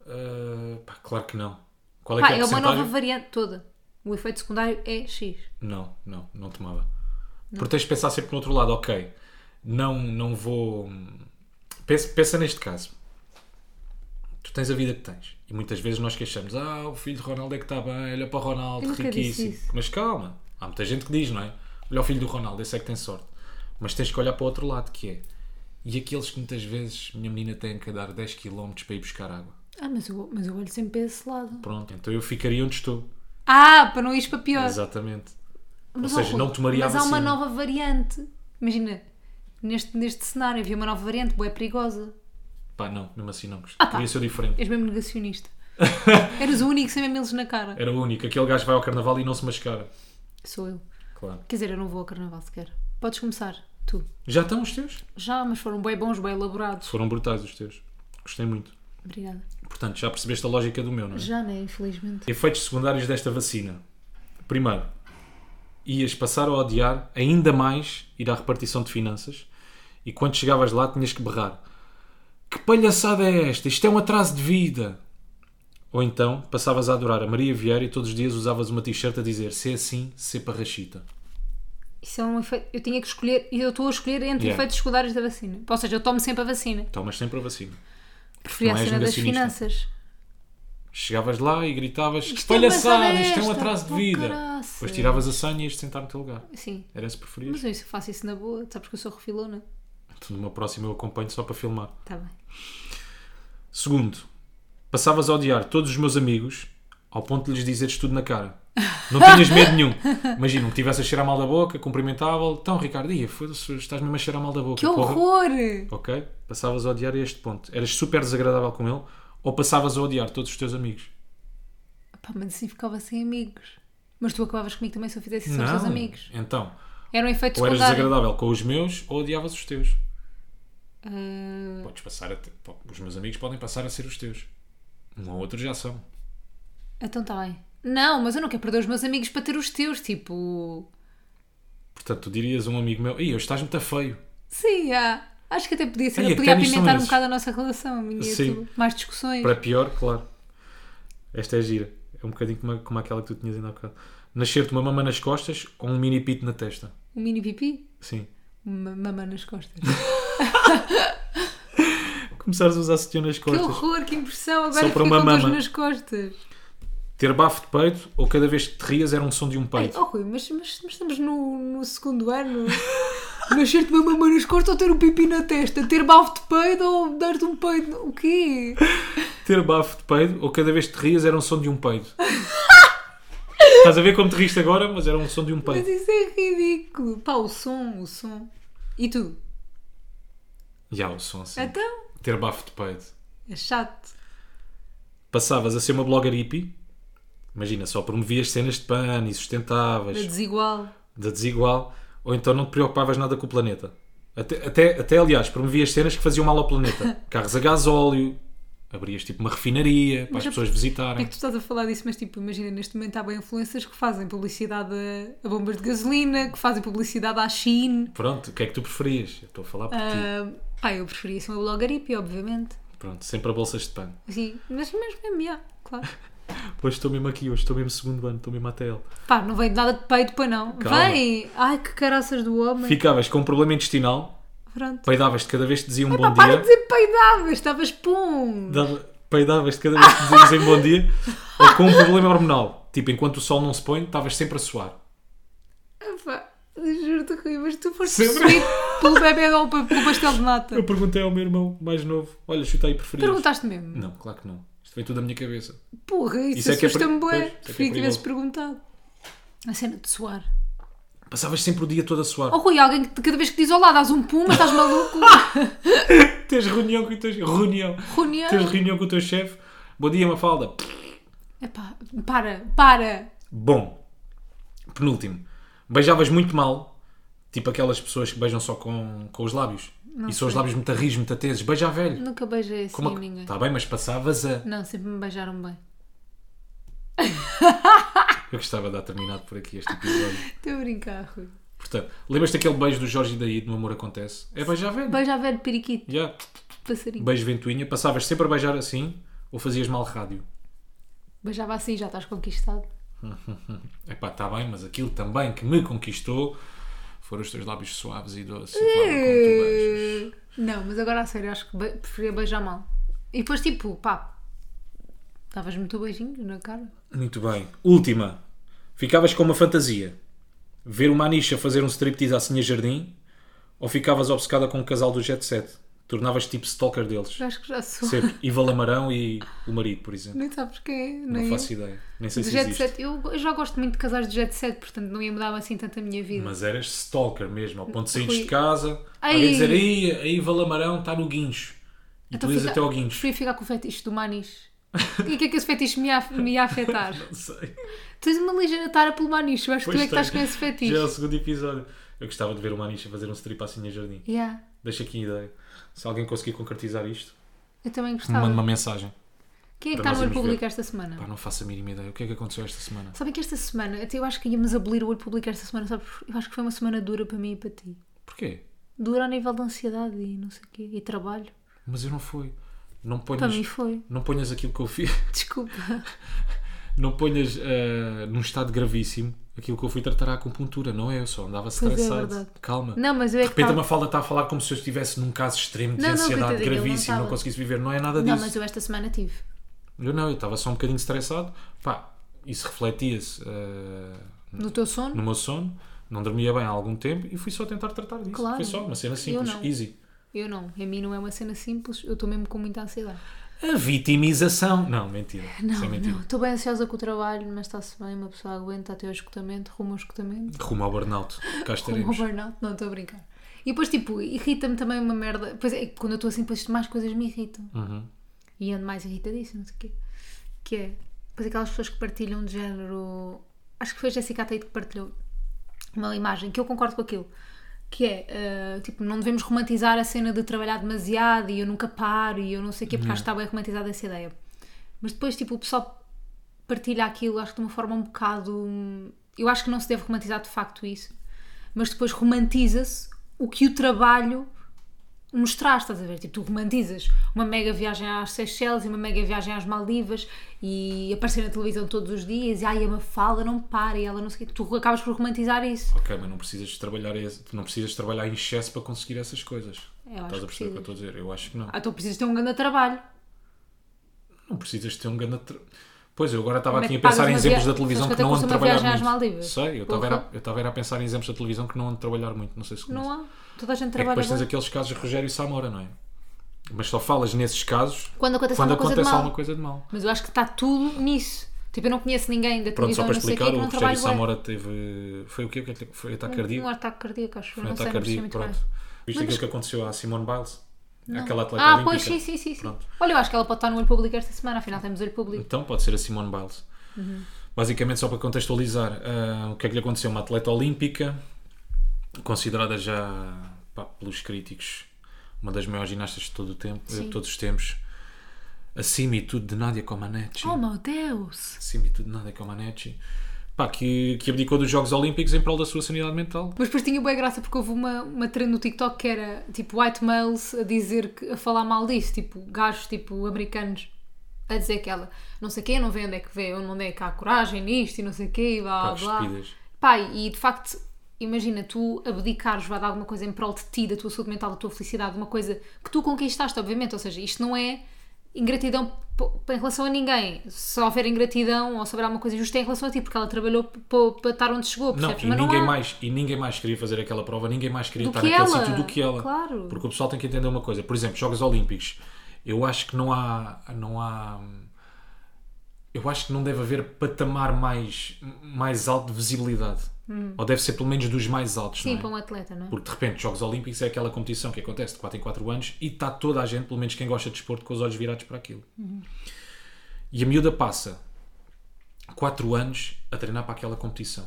Speaker 1: Ah, pá, claro que não. Qual é
Speaker 2: Pá,
Speaker 1: que é, a
Speaker 2: é uma nova
Speaker 1: percentagem?
Speaker 2: variante toda. O efeito secundário é X.
Speaker 1: Não, não, não tomava. Porque tens de pensar sempre no outro lado, ok. Não, não vou. Pensa, pensa neste caso. Tu tens a vida que tens. E muitas vezes nós queixamos: ah, o filho de Ronaldo é que está bem, olha para o
Speaker 2: Eu
Speaker 1: Ronaldo,
Speaker 2: nunca disse
Speaker 1: riquíssimo.
Speaker 2: isso.
Speaker 1: Mas calma, há muita gente que diz, não é? Olha o filho do Ronaldo, esse é que tem sorte. Mas tens que olhar para o outro lado, que é. E aqueles que muitas vezes, minha menina, têm que andar 10 km para ir buscar água.
Speaker 2: Ah, mas eu, mas eu olho sempre para esse lado.
Speaker 1: Pronto, então eu ficaria onde estou.
Speaker 2: Ah, para não ires para pior.
Speaker 1: Exatamente.
Speaker 2: Mas,
Speaker 1: Ou seja,
Speaker 2: ó,
Speaker 1: não assim. tomaria a
Speaker 2: Mas há uma
Speaker 1: vacina.
Speaker 2: nova variante. Imagina, neste, neste cenário havia uma nova variante, boa perigosa.
Speaker 1: Pá, não, mesmo assim não.
Speaker 2: pá.
Speaker 1: Queria ser diferente.
Speaker 2: És mesmo negacionista. Eras o único sem mamilos na cara.
Speaker 1: Era o único. Aquele gajo vai ao carnaval e não se mascara.
Speaker 2: Sou eu.
Speaker 1: Claro.
Speaker 2: Quer dizer, eu não vou ao carnaval sequer. Podes começar, tu.
Speaker 1: Já estão os teus?
Speaker 2: Já, mas foram bem bons, bem elaborados.
Speaker 1: Foram brutais os teus. Gostei muito.
Speaker 2: Obrigada.
Speaker 1: Portanto, já percebeste a lógica do meu, não é?
Speaker 2: Já, né? Infelizmente.
Speaker 1: Efeitos secundários desta vacina. Primeiro, ias passar a odiar ainda mais ir à repartição de finanças e quando chegavas lá tinhas que berrar. Que palhaçada é esta? Isto é um atraso de vida. Ou então passavas a adorar a Maria Vieira e todos os dias usavas uma t-shirt a dizer se é assim, se parrachita.
Speaker 2: Isso é um efeito. Eu tinha que escolher, e eu estou a escolher entre
Speaker 1: Yeah.
Speaker 2: efeitos secundários da vacina. Ou seja, eu tomo sempre a vacina.
Speaker 1: Tomas sempre a vacina.
Speaker 2: Preferia a
Speaker 1: Não és
Speaker 2: cena das
Speaker 1: negacionista.
Speaker 2: finanças.
Speaker 1: Chegavas lá e gritavas que
Speaker 2: Isto é uma
Speaker 1: palhaçada,
Speaker 2: zona
Speaker 1: isto é um
Speaker 2: extra,
Speaker 1: atraso de
Speaker 2: oh,
Speaker 1: vida.
Speaker 2: caraças.
Speaker 1: Depois tiravas a senha e ias sentar no teu lugar.
Speaker 2: Sim.
Speaker 1: Era se preferias.
Speaker 2: Mas eu faço isso na boa, sabes que eu sou refilona.
Speaker 1: Então, numa próxima eu acompanho só para filmar.
Speaker 2: Tá bem.
Speaker 1: Segundo, passavas a odiar todos os meus amigos ao ponto de lhes dizeres tudo na cara. Não tinhas medo nenhum. Imagina, me tivesse a cheirar mal da boca, cumprimentável. Então, Ricardo, ia, foda-se, estás mesmo a cheirar mal da boca.
Speaker 2: Que
Speaker 1: porra."
Speaker 2: horror!
Speaker 1: Ok? Passavas a odiar a este ponto. Eras super desagradável com ele ou passavas a odiar todos os teus amigos?
Speaker 2: Pá, mas assim ficava sem amigos. Mas tu acabavas comigo também se eu fizesse isso aos teus amigos.
Speaker 1: Então,
Speaker 2: Era um efeito
Speaker 1: ou eras
Speaker 2: secundário.
Speaker 1: desagradável com os meus ou odiavas os teus.
Speaker 2: Ah,
Speaker 1: Podes passar a ter- po- os meus amigos podem passar a ser os teus. Um ou outro já são.
Speaker 2: então está bem. Não, mas eu não quero perder os meus amigos para ter os teus. Tipo,
Speaker 1: Portanto, tu dirias a um amigo meu, ei, hoje estás muito feio.
Speaker 2: sim, há. Acho que até podia ser.
Speaker 1: Ei,
Speaker 2: Eu
Speaker 1: que
Speaker 2: podia
Speaker 1: ténis são
Speaker 2: apimentar um
Speaker 1: esses?
Speaker 2: bocado a nossa relação, a minha e a
Speaker 1: Sim.
Speaker 2: tua. Mais discussões.
Speaker 1: Para pior, claro. Esta é gira. É um bocadinho como, a- como aquela que tu tinhas ainda há bocado. Nascer-te uma mama nas costas ou um mini pito na testa.
Speaker 2: Um mini pipi,
Speaker 1: Sim.
Speaker 2: uma mama nas costas.
Speaker 1: Começares a usar sutiã nas
Speaker 2: que
Speaker 1: costas.
Speaker 2: horror, que impressão. Agora
Speaker 1: Só para
Speaker 2: ficam
Speaker 1: uma
Speaker 2: todos
Speaker 1: mama.
Speaker 2: nas costas.
Speaker 1: Ter bafo de peito ou cada vez que te rias era um som de um
Speaker 2: Ei,
Speaker 1: peito.
Speaker 2: oh Rui, mas, mas- mas estamos no, no segundo ano. Nascer-te uma mamãe nas costas ou ter um pipi na testa? Ter bafo de peido ou dar-te um peido? O quê?
Speaker 1: Ter bafo de peito ou cada vez que te rias era um som de um peito. Estás a ver como te riste agora, mas era um som de um
Speaker 2: Mas
Speaker 1: peito.
Speaker 2: isso é ridículo. Pá, o som, o som. E tu?
Speaker 1: Já, o som assim.
Speaker 2: Então?
Speaker 1: Ter bafo de peito.
Speaker 2: É chato.
Speaker 1: Passavas a ser uma blogger hippie. Imagina, só promovias cenas de pano e
Speaker 2: É
Speaker 1: sustentavas.
Speaker 2: desigual.
Speaker 1: da desigual, ou então não te preocupavas nada com o planeta. Até, até, até aliás, promovias cenas que faziam mal ao planeta. Carros a gasóleo, abrias tipo uma refinaria para
Speaker 2: Mas
Speaker 1: as
Speaker 2: é-
Speaker 1: pessoas
Speaker 2: Como é
Speaker 1: visitarem.
Speaker 2: que tu estás a falar disso? Mas tipo, imagina, neste momento há bem influências que fazem publicidade a, a bombas de gasolina, que fazem publicidade à Shein.
Speaker 1: Pronto, o que é que tu preferias? Eu estou a falar por ti.
Speaker 2: Ah, pá, eu preferia ser uma blogaripe, obviamente.
Speaker 1: Pronto, sempre a bolsas de pano.
Speaker 2: Sim, mas mesmo, mesmo, yeah, claro.
Speaker 1: Hoje estou mesmo aqui, hoje estou mesmo segundo ano, estou mesmo até ele.
Speaker 2: Pá, não vem de nada de peito para não.
Speaker 1: Calma.
Speaker 2: Vem! Ai, que caraças do homem.
Speaker 1: Ficavas com um problema intestinal,
Speaker 2: Pronto.
Speaker 1: peidavas-te cada vez que dizia um bom
Speaker 2: Pá, para de
Speaker 1: dia.
Speaker 2: dizer peidavas, estavas pum.
Speaker 1: dava- Peidavas-te cada vez que dizias em bom dia, ou com um problema hormonal. Tipo, enquanto o sol não se põe, estavas sempre a suar.
Speaker 2: Epá, Juro-te, Rui, mas tu foste
Speaker 1: Sempre.
Speaker 2: possuído pelo bebê ou pe- pelo pastel de nata.
Speaker 1: Eu perguntei ao meu irmão mais novo: Olha, chuta aí, preferias?
Speaker 2: Perguntaste mesmo.
Speaker 1: Não, claro que não. Isto vem tudo da minha cabeça.
Speaker 2: Porra, isso,
Speaker 1: Isso é que é per-
Speaker 2: assusta-me bué.
Speaker 1: pois, isso é que é
Speaker 2: Preferia que tivesses
Speaker 1: perigoso.
Speaker 2: perguntado. A cena de suar.
Speaker 1: Passavas sempre o dia todo a suar.
Speaker 2: Oh Rui, alguém que cada vez que diz olá dás um pum, mas estás maluco?
Speaker 1: Tens reunião com o teu reunião.
Speaker 2: Reunião.
Speaker 1: Tens reunião com o teu chefe. Bom dia, Mafalda.
Speaker 2: Epá, para, para.
Speaker 1: Bom. Penúltimo. Beijavas muito mal. Tipo aquelas pessoas que beijam só com, com os lábios. e são os lábios muito rijos, muito teses. Beija a velho.
Speaker 2: Nunca beijei assim
Speaker 1: Como a-
Speaker 2: ninguém.
Speaker 1: Tá bem, mas passavas a.
Speaker 2: Não, sempre me beijaram bem.
Speaker 1: Eu gostava de dar terminado por aqui este episódio.
Speaker 2: Estou a brincar, Rui.
Speaker 1: Portanto, lembras-te daquele beijo do Jorge e daí do Amor Acontece? É beijar velho.
Speaker 2: Beija a velho periquito,
Speaker 1: Yeah.
Speaker 2: passarinho.
Speaker 1: Beijo ventoinha. Passavas sempre a beijar assim ou fazias mal rádio?
Speaker 2: Beijava assim, já estás conquistado.
Speaker 1: Epá, está bem, mas aquilo também que me conquistou foram os teus lábios suaves e doces. e a forma como tu beijas.
Speaker 2: Não, mas agora a sério, acho que be- preferia beijar mal. E depois, tipo, pá, davas muito beijinho na cara.
Speaker 1: Muito bem. Última. Ficavas com uma fantasia. Ver uma anicha fazer um striptease à Sinha Jardim ou ficavas obcecada com um casal do Jet Set? Tornavas tipo stalker deles.
Speaker 2: Eu acho que já sou.
Speaker 1: Sempre Iva Lamarão e o marido, por exemplo.
Speaker 2: Nem sabes quem é,
Speaker 1: Não
Speaker 2: nem eu.
Speaker 1: faço ideia. Nem sei
Speaker 2: De
Speaker 1: se
Speaker 2: jet
Speaker 1: existe.
Speaker 2: set. Eu, eu já gosto muito de casais de jet set, portanto não ia mudar assim tanto a minha vida.
Speaker 1: Mas eras stalker mesmo, ao ponto de saíres
Speaker 2: Fui.
Speaker 1: de casa,
Speaker 2: Ai.
Speaker 1: alguém dizer, "Ei, a Iva Lamarão está tá no guincho. E
Speaker 2: Então
Speaker 1: tu ias
Speaker 2: fica-
Speaker 1: até ao guincho.
Speaker 2: Preferia ficar com o fetiche do manis. E o que é que esse fetiche me ia, af- me ia afetar?
Speaker 1: Não sei.
Speaker 2: Tens uma ligeira tara pelo manis, eu acho que tu é que
Speaker 1: Pois
Speaker 2: estás com
Speaker 1: tem.
Speaker 2: esse fetiche.
Speaker 1: Já é o segundo episódio. Eu gostava de ver uma Anisha fazer um strip assim em jardim.
Speaker 2: Yeah,
Speaker 1: Deixa aqui a ideia. Se alguém conseguir concretizar isto,
Speaker 2: eu também gostava.
Speaker 1: manda uma mensagem.
Speaker 2: Quem é que
Speaker 1: para
Speaker 2: está
Speaker 1: nós
Speaker 2: no olho
Speaker 1: irmos
Speaker 2: público
Speaker 1: ver.
Speaker 2: esta semana?
Speaker 1: Pá, não faço a mínima ideia. O que é que aconteceu esta semana?
Speaker 2: Sabem que esta semana, até eu acho que íamos abolir o olho público esta semana, sabe? Eu acho que foi uma semana dura para mim e para ti.
Speaker 1: Porquê?
Speaker 2: Dura a nível de ansiedade e não sei o quê, e trabalho.
Speaker 1: Mas eu não fui. Não ponhas,
Speaker 2: Para mim foi.
Speaker 1: não ponhas aquilo que eu fiz.
Speaker 2: Desculpa.
Speaker 1: Não ponhas ah, num estado gravíssimo aquilo que eu fui tratar à acupuntura. Não é eu só. Andava
Speaker 2: é, é
Speaker 1: estressado.
Speaker 2: verdade.
Speaker 1: Calma.
Speaker 2: Não, mas eu
Speaker 1: de
Speaker 2: é que
Speaker 1: repente a
Speaker 2: estava...
Speaker 1: Mafalda está a falar como se eu estivesse num caso extremo de
Speaker 2: Não, não,
Speaker 1: ansiedade
Speaker 2: coitadinha, ele não
Speaker 1: gravíssimo, não,
Speaker 2: estava.
Speaker 1: conseguisse viver. Não é nada disso.
Speaker 2: Não, mas eu esta semana tive.
Speaker 1: Eu não, eu estava só um bocadinho estressado. Pá, isso refletia-se ah,
Speaker 2: No teu sono?
Speaker 1: no meu sono, não dormia bem há algum tempo e fui só tentar tratar disso.
Speaker 2: Claro.
Speaker 1: Foi só uma cena simples,
Speaker 2: Eu não.
Speaker 1: easy.
Speaker 2: Eu não. A mim não é uma cena simples. Eu estou mesmo com muita ansiedade.
Speaker 1: A vitimização. Não, mentira. Isso é
Speaker 2: Não,
Speaker 1: mentira.
Speaker 2: não. Estou bem ansiosa com o trabalho, mas está-se bem. Uma pessoa aguenta até o escutamento, rumo ao escutamento.
Speaker 1: Rumo ao burnout. Cá
Speaker 2: Rumo ao
Speaker 1: estaremos.
Speaker 2: burnout. Não, estou a brincar. E depois, tipo, irrita-me também uma merda. Pois é, quando eu estou assim, depois mais coisas me irritam.
Speaker 1: Uhum.
Speaker 2: E ando mais irritadíssima, não sei o quê. Que é, depois aquelas pessoas que partilham de género... Acho que foi a Jessica Tate que partilhou uma imagem, que eu concordo com aquilo. Que é, ah, tipo, não devemos romantizar a cena de trabalhar demasiado e eu nunca paro e eu não sei o quê, porque acho que está bem romantizada essa ideia. Mas depois, tipo, o pessoal partilha aquilo, acho que de uma forma um bocado... hum, Eu acho que não se deve romantizar de facto isso. Mas depois romantiza-se o que o trabalho nos traz, estás a ver? Tipo, tu romantizas uma mega viagem às Seychelles e uma mega viagem às Maldivas e aparecer na televisão todos os dias e ai, a Mafalda não para e ela não sei o quê. Tu acabas por romantizar isso.
Speaker 1: Ok, mas não precisas de trabalhar esse- não precisas de trabalhar em excesso para conseguir essas coisas.
Speaker 2: Eu acho
Speaker 1: Estás a
Speaker 2: que
Speaker 1: perceber o que eu estou a dizer? Eu acho que não.
Speaker 2: Ah, então precisas ter um grande trabalho.
Speaker 1: Não precisas ter um grande. tra- Pois, eu agora estava
Speaker 2: Como é
Speaker 1: aqui
Speaker 2: que
Speaker 1: a pensar
Speaker 2: pagas
Speaker 1: em
Speaker 2: uma
Speaker 1: exemplos
Speaker 2: via-
Speaker 1: da televisão
Speaker 2: Sabes
Speaker 1: que não ando
Speaker 2: quanto
Speaker 1: a
Speaker 2: é que
Speaker 1: trabalhar
Speaker 2: custa uma viagem às
Speaker 1: muito.
Speaker 2: Maldivas?
Speaker 1: Sei, eu estava
Speaker 2: Porra.
Speaker 1: era- eu estava era a pensar em exemplos da televisão que não ando a trabalhar muito, não sei se
Speaker 2: Não
Speaker 1: conheces.
Speaker 2: há. Toda a gente
Speaker 1: É que
Speaker 2: trabalha
Speaker 1: depois tens
Speaker 2: bué.
Speaker 1: aqueles casos de Rogério e Samora, não é? Mas só falas nesses casos
Speaker 2: Quando acontece
Speaker 1: quando
Speaker 2: alguma coisa de
Speaker 1: acontece
Speaker 2: mal.
Speaker 1: alguma coisa de mal.
Speaker 2: Mas eu acho que está tudo nisso. Tipo, eu não conheço ninguém da
Speaker 1: Pronto, só
Speaker 2: televisão,
Speaker 1: para
Speaker 2: então não sei o quê,
Speaker 1: explicar,
Speaker 2: que
Speaker 1: o
Speaker 2: não
Speaker 1: Rogério
Speaker 2: trabalha bué.
Speaker 1: Samora teve. Foi o quê? O que é que lhe- Foi ataque
Speaker 2: Um
Speaker 1: cardíaco?
Speaker 2: ataque cardíaco, acho. eu
Speaker 1: Foi um
Speaker 2: Não sei,
Speaker 1: ataque
Speaker 2: não percebi
Speaker 1: cardíaco,
Speaker 2: muito
Speaker 1: pronto.
Speaker 2: bem.
Speaker 1: Viste
Speaker 2: Mas-
Speaker 1: aquilo que aconteceu à Simone Biles? Aquela atleta
Speaker 2: Ah,
Speaker 1: olímpica?
Speaker 2: pois sim, sim, sim. sim.
Speaker 1: Pronto.
Speaker 2: Olha, eu acho que ela pode estar no olho público esta semana, afinal temos olho público.
Speaker 1: Então pode ser a Simone Biles.
Speaker 2: Uhum.
Speaker 1: Basicamente, só para contextualizar, ah, o que é que lhe aconteceu? Uma atleta olímpica, considerada já pá, pelos críticos uma das maiores ginastas de todo o tempo, de
Speaker 2: Sim.
Speaker 1: todos os tempos, acima e tudo de Nadia Comaneci.
Speaker 2: Oh meu Deus!
Speaker 1: Acima e tudo de Nadia Comaneci. Pá, que, que abdicou dos Jogos Olímpicos em prol da sua sanidade mental.
Speaker 2: Mas depois tinha boa graça porque houve uma, uma trend no TikTok que era tipo white males a dizer que, a falar mal disso, tipo gajos tipo americanos a dizer que ela não sei quê, não vê onde é que vê, onde é que há coragem nisto e não sei quê, e blá
Speaker 1: Pá, que
Speaker 2: blá.
Speaker 1: estúpidas.
Speaker 2: Pá, e de facto, imagina, tu abdicares vá, de alguma coisa em prol de ti, da tua saúde mental, da tua felicidade, de uma coisa que tu conquistaste, obviamente. Ou seja, isto não é ingratidão p- p- em relação a ninguém. Se houver ingratidão ou se houver alguma coisa injusta é em relação a ti, porque ela trabalhou p- p- para estar onde chegou,
Speaker 1: Não,
Speaker 2: percebes?
Speaker 1: e
Speaker 2: Mas não
Speaker 1: ninguém,
Speaker 2: há.
Speaker 1: mais, e ninguém mais queria fazer aquela prova, ninguém mais queria
Speaker 2: Do
Speaker 1: estar
Speaker 2: que
Speaker 1: naquele
Speaker 2: ela,
Speaker 1: sítio do que ela.
Speaker 2: claro.
Speaker 1: Porque o pessoal tem que entender uma coisa. Por exemplo, Jogos Olímpicos, eu acho que não há. Não há eu acho que não deve haver patamar mais, mais alto de visibilidade. Ou deve ser pelo menos dos mais altos.
Speaker 2: Hum. Sim,
Speaker 1: não é?
Speaker 2: para um atleta, não é?
Speaker 1: Porque de repente, Jogos Olímpicos é aquela competição que acontece de 4 em 4 anos e está toda a gente, pelo menos quem gosta de desporto, com os olhos virados para aquilo. E a miúda passa 4 anos a treinar para aquela competição.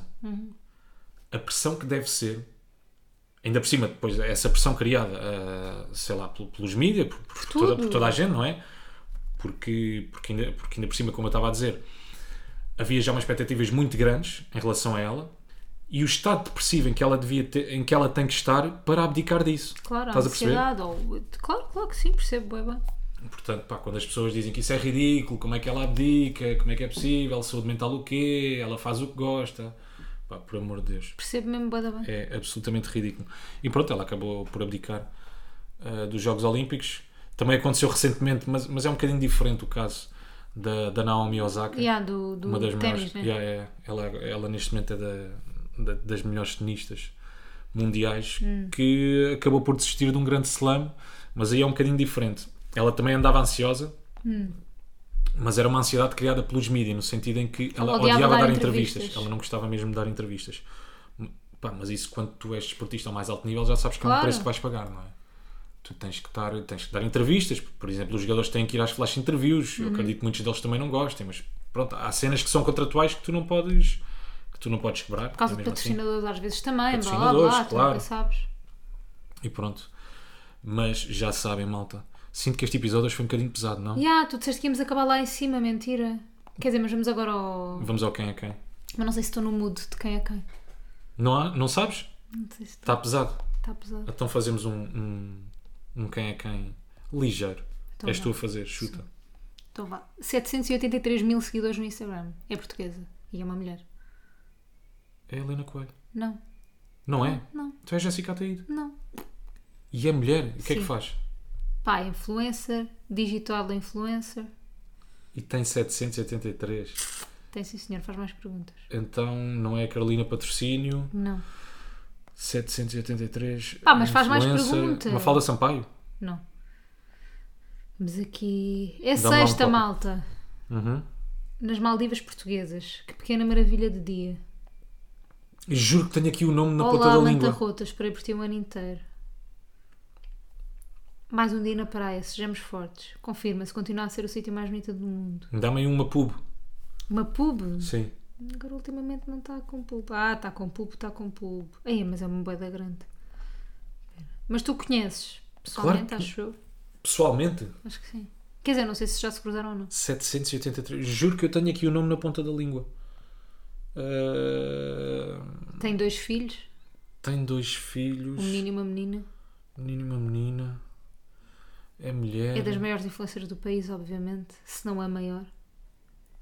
Speaker 1: A pressão que deve ser, ainda por cima, depois, essa pressão criada, ah, sei lá, pelo- pelos mídias, por, por toda,
Speaker 2: tudo.
Speaker 1: por toda a gente, não é? Porque, porque, ainda, porque ainda por cima, como eu estava a dizer, havia já umas expectativas muito grandes em relação a ela e o estado depressivo em que ela devia ter, em que ela tem que estar para abdicar disso.
Speaker 2: Claro, a
Speaker 1: Estás a perceber?
Speaker 2: ansiedade. Ou... Claro, claro que sim, percebo, é bem.
Speaker 1: Portanto, pá, quando as pessoas dizem que isso é ridículo, como é que ela abdica, como é que é possível, saúde mental o quê, ela faz o que gosta, pá, por amor de Deus.
Speaker 2: Percebo mesmo bué da bem.
Speaker 1: É absolutamente ridículo. E pronto, ela acabou por abdicar ah, dos Jogos Olímpicos. Também aconteceu recentemente, mas, mas é um bocadinho diferente o caso da, da Naomi Osaka.
Speaker 2: E há do, do
Speaker 1: é uma das
Speaker 2: ténis,
Speaker 1: melhores.
Speaker 2: né?
Speaker 1: Yeah, yeah. Ela, ela neste momento é da- da- das melhores tenistas mundiais
Speaker 2: Hum.
Speaker 1: que acabou por desistir de um grande slam, mas aí é um bocadinho diferente. Ela também andava ansiosa,
Speaker 2: Hum.
Speaker 1: mas era uma ansiedade criada pelos mídias, no sentido em que ela odiava, dar, entrevistas. Ela não gostava mesmo de dar entrevistas. Pá, mas isso quando tu és esportista ao mais alto nível já sabes que é um
Speaker 2: Claro.
Speaker 1: preço que vais pagar, não é? Tu tens que, estar, tens que dar entrevistas, por exemplo, os jogadores têm que ir às flash interviews.
Speaker 2: Uhum.
Speaker 1: Eu acredito que muitos deles também não gostem, mas pronto, há cenas que são contratuais que tu não podes que tu não podes quebrar.
Speaker 2: Por causa
Speaker 1: não
Speaker 2: de
Speaker 1: é mesmo assim?
Speaker 2: patrocinadores às vezes também, blá blá
Speaker 1: Patrocinadores,
Speaker 2: blá, tu
Speaker 1: claro.
Speaker 2: nunca sabes.
Speaker 1: E pronto. Mas já sabem, malta. Sinto que este episódio hoje foi um bocadinho pesado, não?
Speaker 2: Ya, tu disseste que íamos acabar lá em cima, mentira. Quer dizer, mas vamos agora ao.
Speaker 1: Vamos ao quem é quem.
Speaker 2: Mas não sei se estou no mood de quem é quem.
Speaker 1: Não, há, não sabes?
Speaker 2: Não sei se
Speaker 1: Está pesado.
Speaker 2: está pesado.
Speaker 1: Então fazemos um, um, um quem é quem ligeiro.
Speaker 2: Então
Speaker 1: És
Speaker 2: vá.
Speaker 1: tu a fazer, chuta.
Speaker 2: Então vá. 783 mil seguidores no Instagram. É portuguesa. E é uma mulher.
Speaker 1: É a Helena Coelho.
Speaker 2: Não,
Speaker 1: Não é?
Speaker 2: não,
Speaker 1: Tu és Jéssica Ataíde.
Speaker 2: não.
Speaker 1: E é mulher. O que é que
Speaker 2: Sim.
Speaker 1: faz?
Speaker 2: Pá, é influencer, digital influencer.
Speaker 1: E tem 783.
Speaker 2: Tem sim senhor, faz mais perguntas.
Speaker 1: Então não é a Carolina Patrocínio.
Speaker 2: Não,
Speaker 1: 783.
Speaker 2: Pá, mas faz mais
Speaker 1: influencer.
Speaker 2: perguntas.
Speaker 1: Mafalda Sampaio.
Speaker 2: não. Vamos aqui. É
Speaker 1: Dá-me lá um
Speaker 2: sexta,
Speaker 1: copo.
Speaker 2: malta.
Speaker 1: Uhum.
Speaker 2: Nas Maldivas portuguesas. Que pequena maravilha de dia.
Speaker 1: Juro que tenho aqui o nome na
Speaker 2: Olá,
Speaker 1: ponta da língua.
Speaker 2: Lantarrota, esperei por ti um ano inteiro. Mais um dia na praia, sejamos fortes. Confirma-se, continua a ser o sítio mais bonito do mundo.
Speaker 1: Dá-me aí uma pub.
Speaker 2: Uma pub?
Speaker 1: Sim.
Speaker 2: Agora ultimamente não está com pulpo. Ah, está com pulpo, está com pulpo. Ai, mas é uma boeda grande. Mas tu conheces, pessoalmente,
Speaker 1: Claro que-
Speaker 2: acho eu.
Speaker 1: Pessoalmente,
Speaker 2: Acho que sim. Quer dizer, não sei se já se cruzaram ou não.
Speaker 1: 783. Juro que eu tenho aqui o nome na ponta da língua. Ah,
Speaker 2: Tem dois filhos,
Speaker 1: Tem dois filhos.
Speaker 2: um menino e uma menina.
Speaker 1: menino e uma menina. É mulher.
Speaker 2: É das maiores influências do país, obviamente, se não a maior.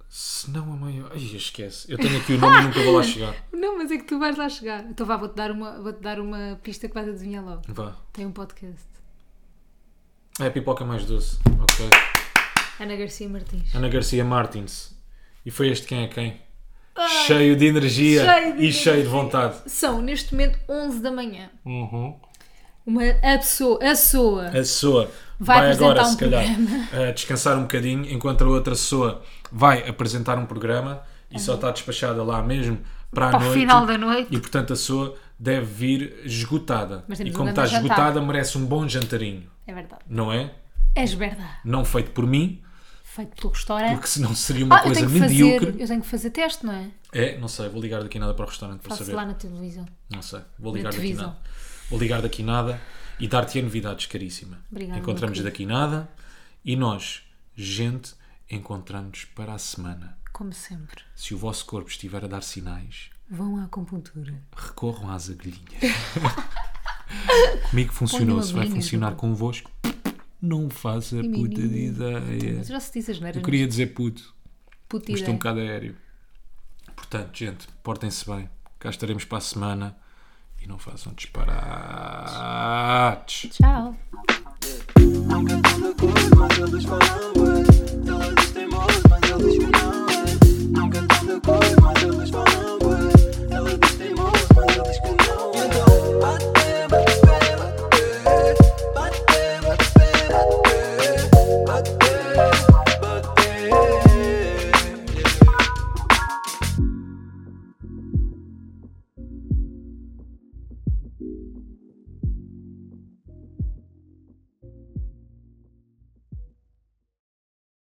Speaker 1: Se não a maior. Ai, esquece. Eu tenho aqui o nome e nunca vou lá chegar.
Speaker 2: Não, mas é que tu vais lá chegar. Então vá, vou-te dar uma, vou-te dar uma pista que vais adivinhar logo.
Speaker 1: Vá.
Speaker 2: Tem um podcast.
Speaker 1: É a pipoca mais doce. Ok.
Speaker 2: Ana Garcia Martins.
Speaker 1: Ana Garcia Martins. E foi este quem é quem? cheio de energia
Speaker 2: cheio de
Speaker 1: e cheio de
Speaker 2: energia.
Speaker 1: vontade.
Speaker 2: São neste momento 11 da manhã.
Speaker 1: Uhum.
Speaker 2: Uma a pessoa, a soa,
Speaker 1: A pessoa
Speaker 2: Vai
Speaker 1: vai, agora,
Speaker 2: apresentar um
Speaker 1: se calhar, a descansar um bocadinho, enquanto a outra pessoa vai apresentar um programa e só está despachada lá mesmo para, a
Speaker 2: Uhum. para o
Speaker 1: noite.
Speaker 2: final da noite.
Speaker 1: E portanto a pessoa deve vir esgotada.
Speaker 2: Mas
Speaker 1: E
Speaker 2: temos um
Speaker 1: como está
Speaker 2: grande jantar.
Speaker 1: esgotada, merece um bom jantarinho,
Speaker 2: É verdade.
Speaker 1: não é?
Speaker 2: És verdade.
Speaker 1: Não feito por mim,
Speaker 2: Feito pelo restaurante.
Speaker 1: porque senão seria uma
Speaker 2: ah, eu
Speaker 1: coisa
Speaker 2: tenho, que
Speaker 1: medíocre.
Speaker 2: fazer, eu tenho que fazer teste, não é?
Speaker 1: É, não sei, vou ligar daqui nada para o restaurante para
Speaker 2: Faço
Speaker 1: saber.
Speaker 2: lá na televisão.
Speaker 1: Não sei, vou ligar daqui
Speaker 2: televisão.
Speaker 1: nada. Vou ligar daqui nada e dar-te novidades, caríssima.
Speaker 2: Obrigada,
Speaker 1: Encontramos
Speaker 2: meu
Speaker 1: daqui nada e nós, gente, encontramos para a semana.
Speaker 2: Como sempre.
Speaker 1: Se o vosso corpo estiver a dar sinais,
Speaker 2: Vão à acupuntura.
Speaker 1: recorram às agulhinhas. Comigo
Speaker 2: Ponham
Speaker 1: funcionou, se vai
Speaker 2: agulhinhas no
Speaker 1: funcionar convosco, não faço a
Speaker 2: Menininho.
Speaker 1: puta de ideia.
Speaker 2: Mas já se diz as neiras.
Speaker 1: Eu queria dizer puto,
Speaker 2: Puta
Speaker 1: mas estou
Speaker 2: ideia.
Speaker 1: um bocado aéreo. Portanto, gente, portem-se bem. Cá estaremos para a semana e não façam disparates.
Speaker 2: Tchau.
Speaker 3: Nunca estão de acordo, mas eles falam bué. Eles têm moço, mas eles que não é. Nunca estão de acordo, mas eles falam bué. Eles têm moço, mas eles que não é. Então, bate, bate, bate, bate. Bate, bate, bate, bate. Yeah.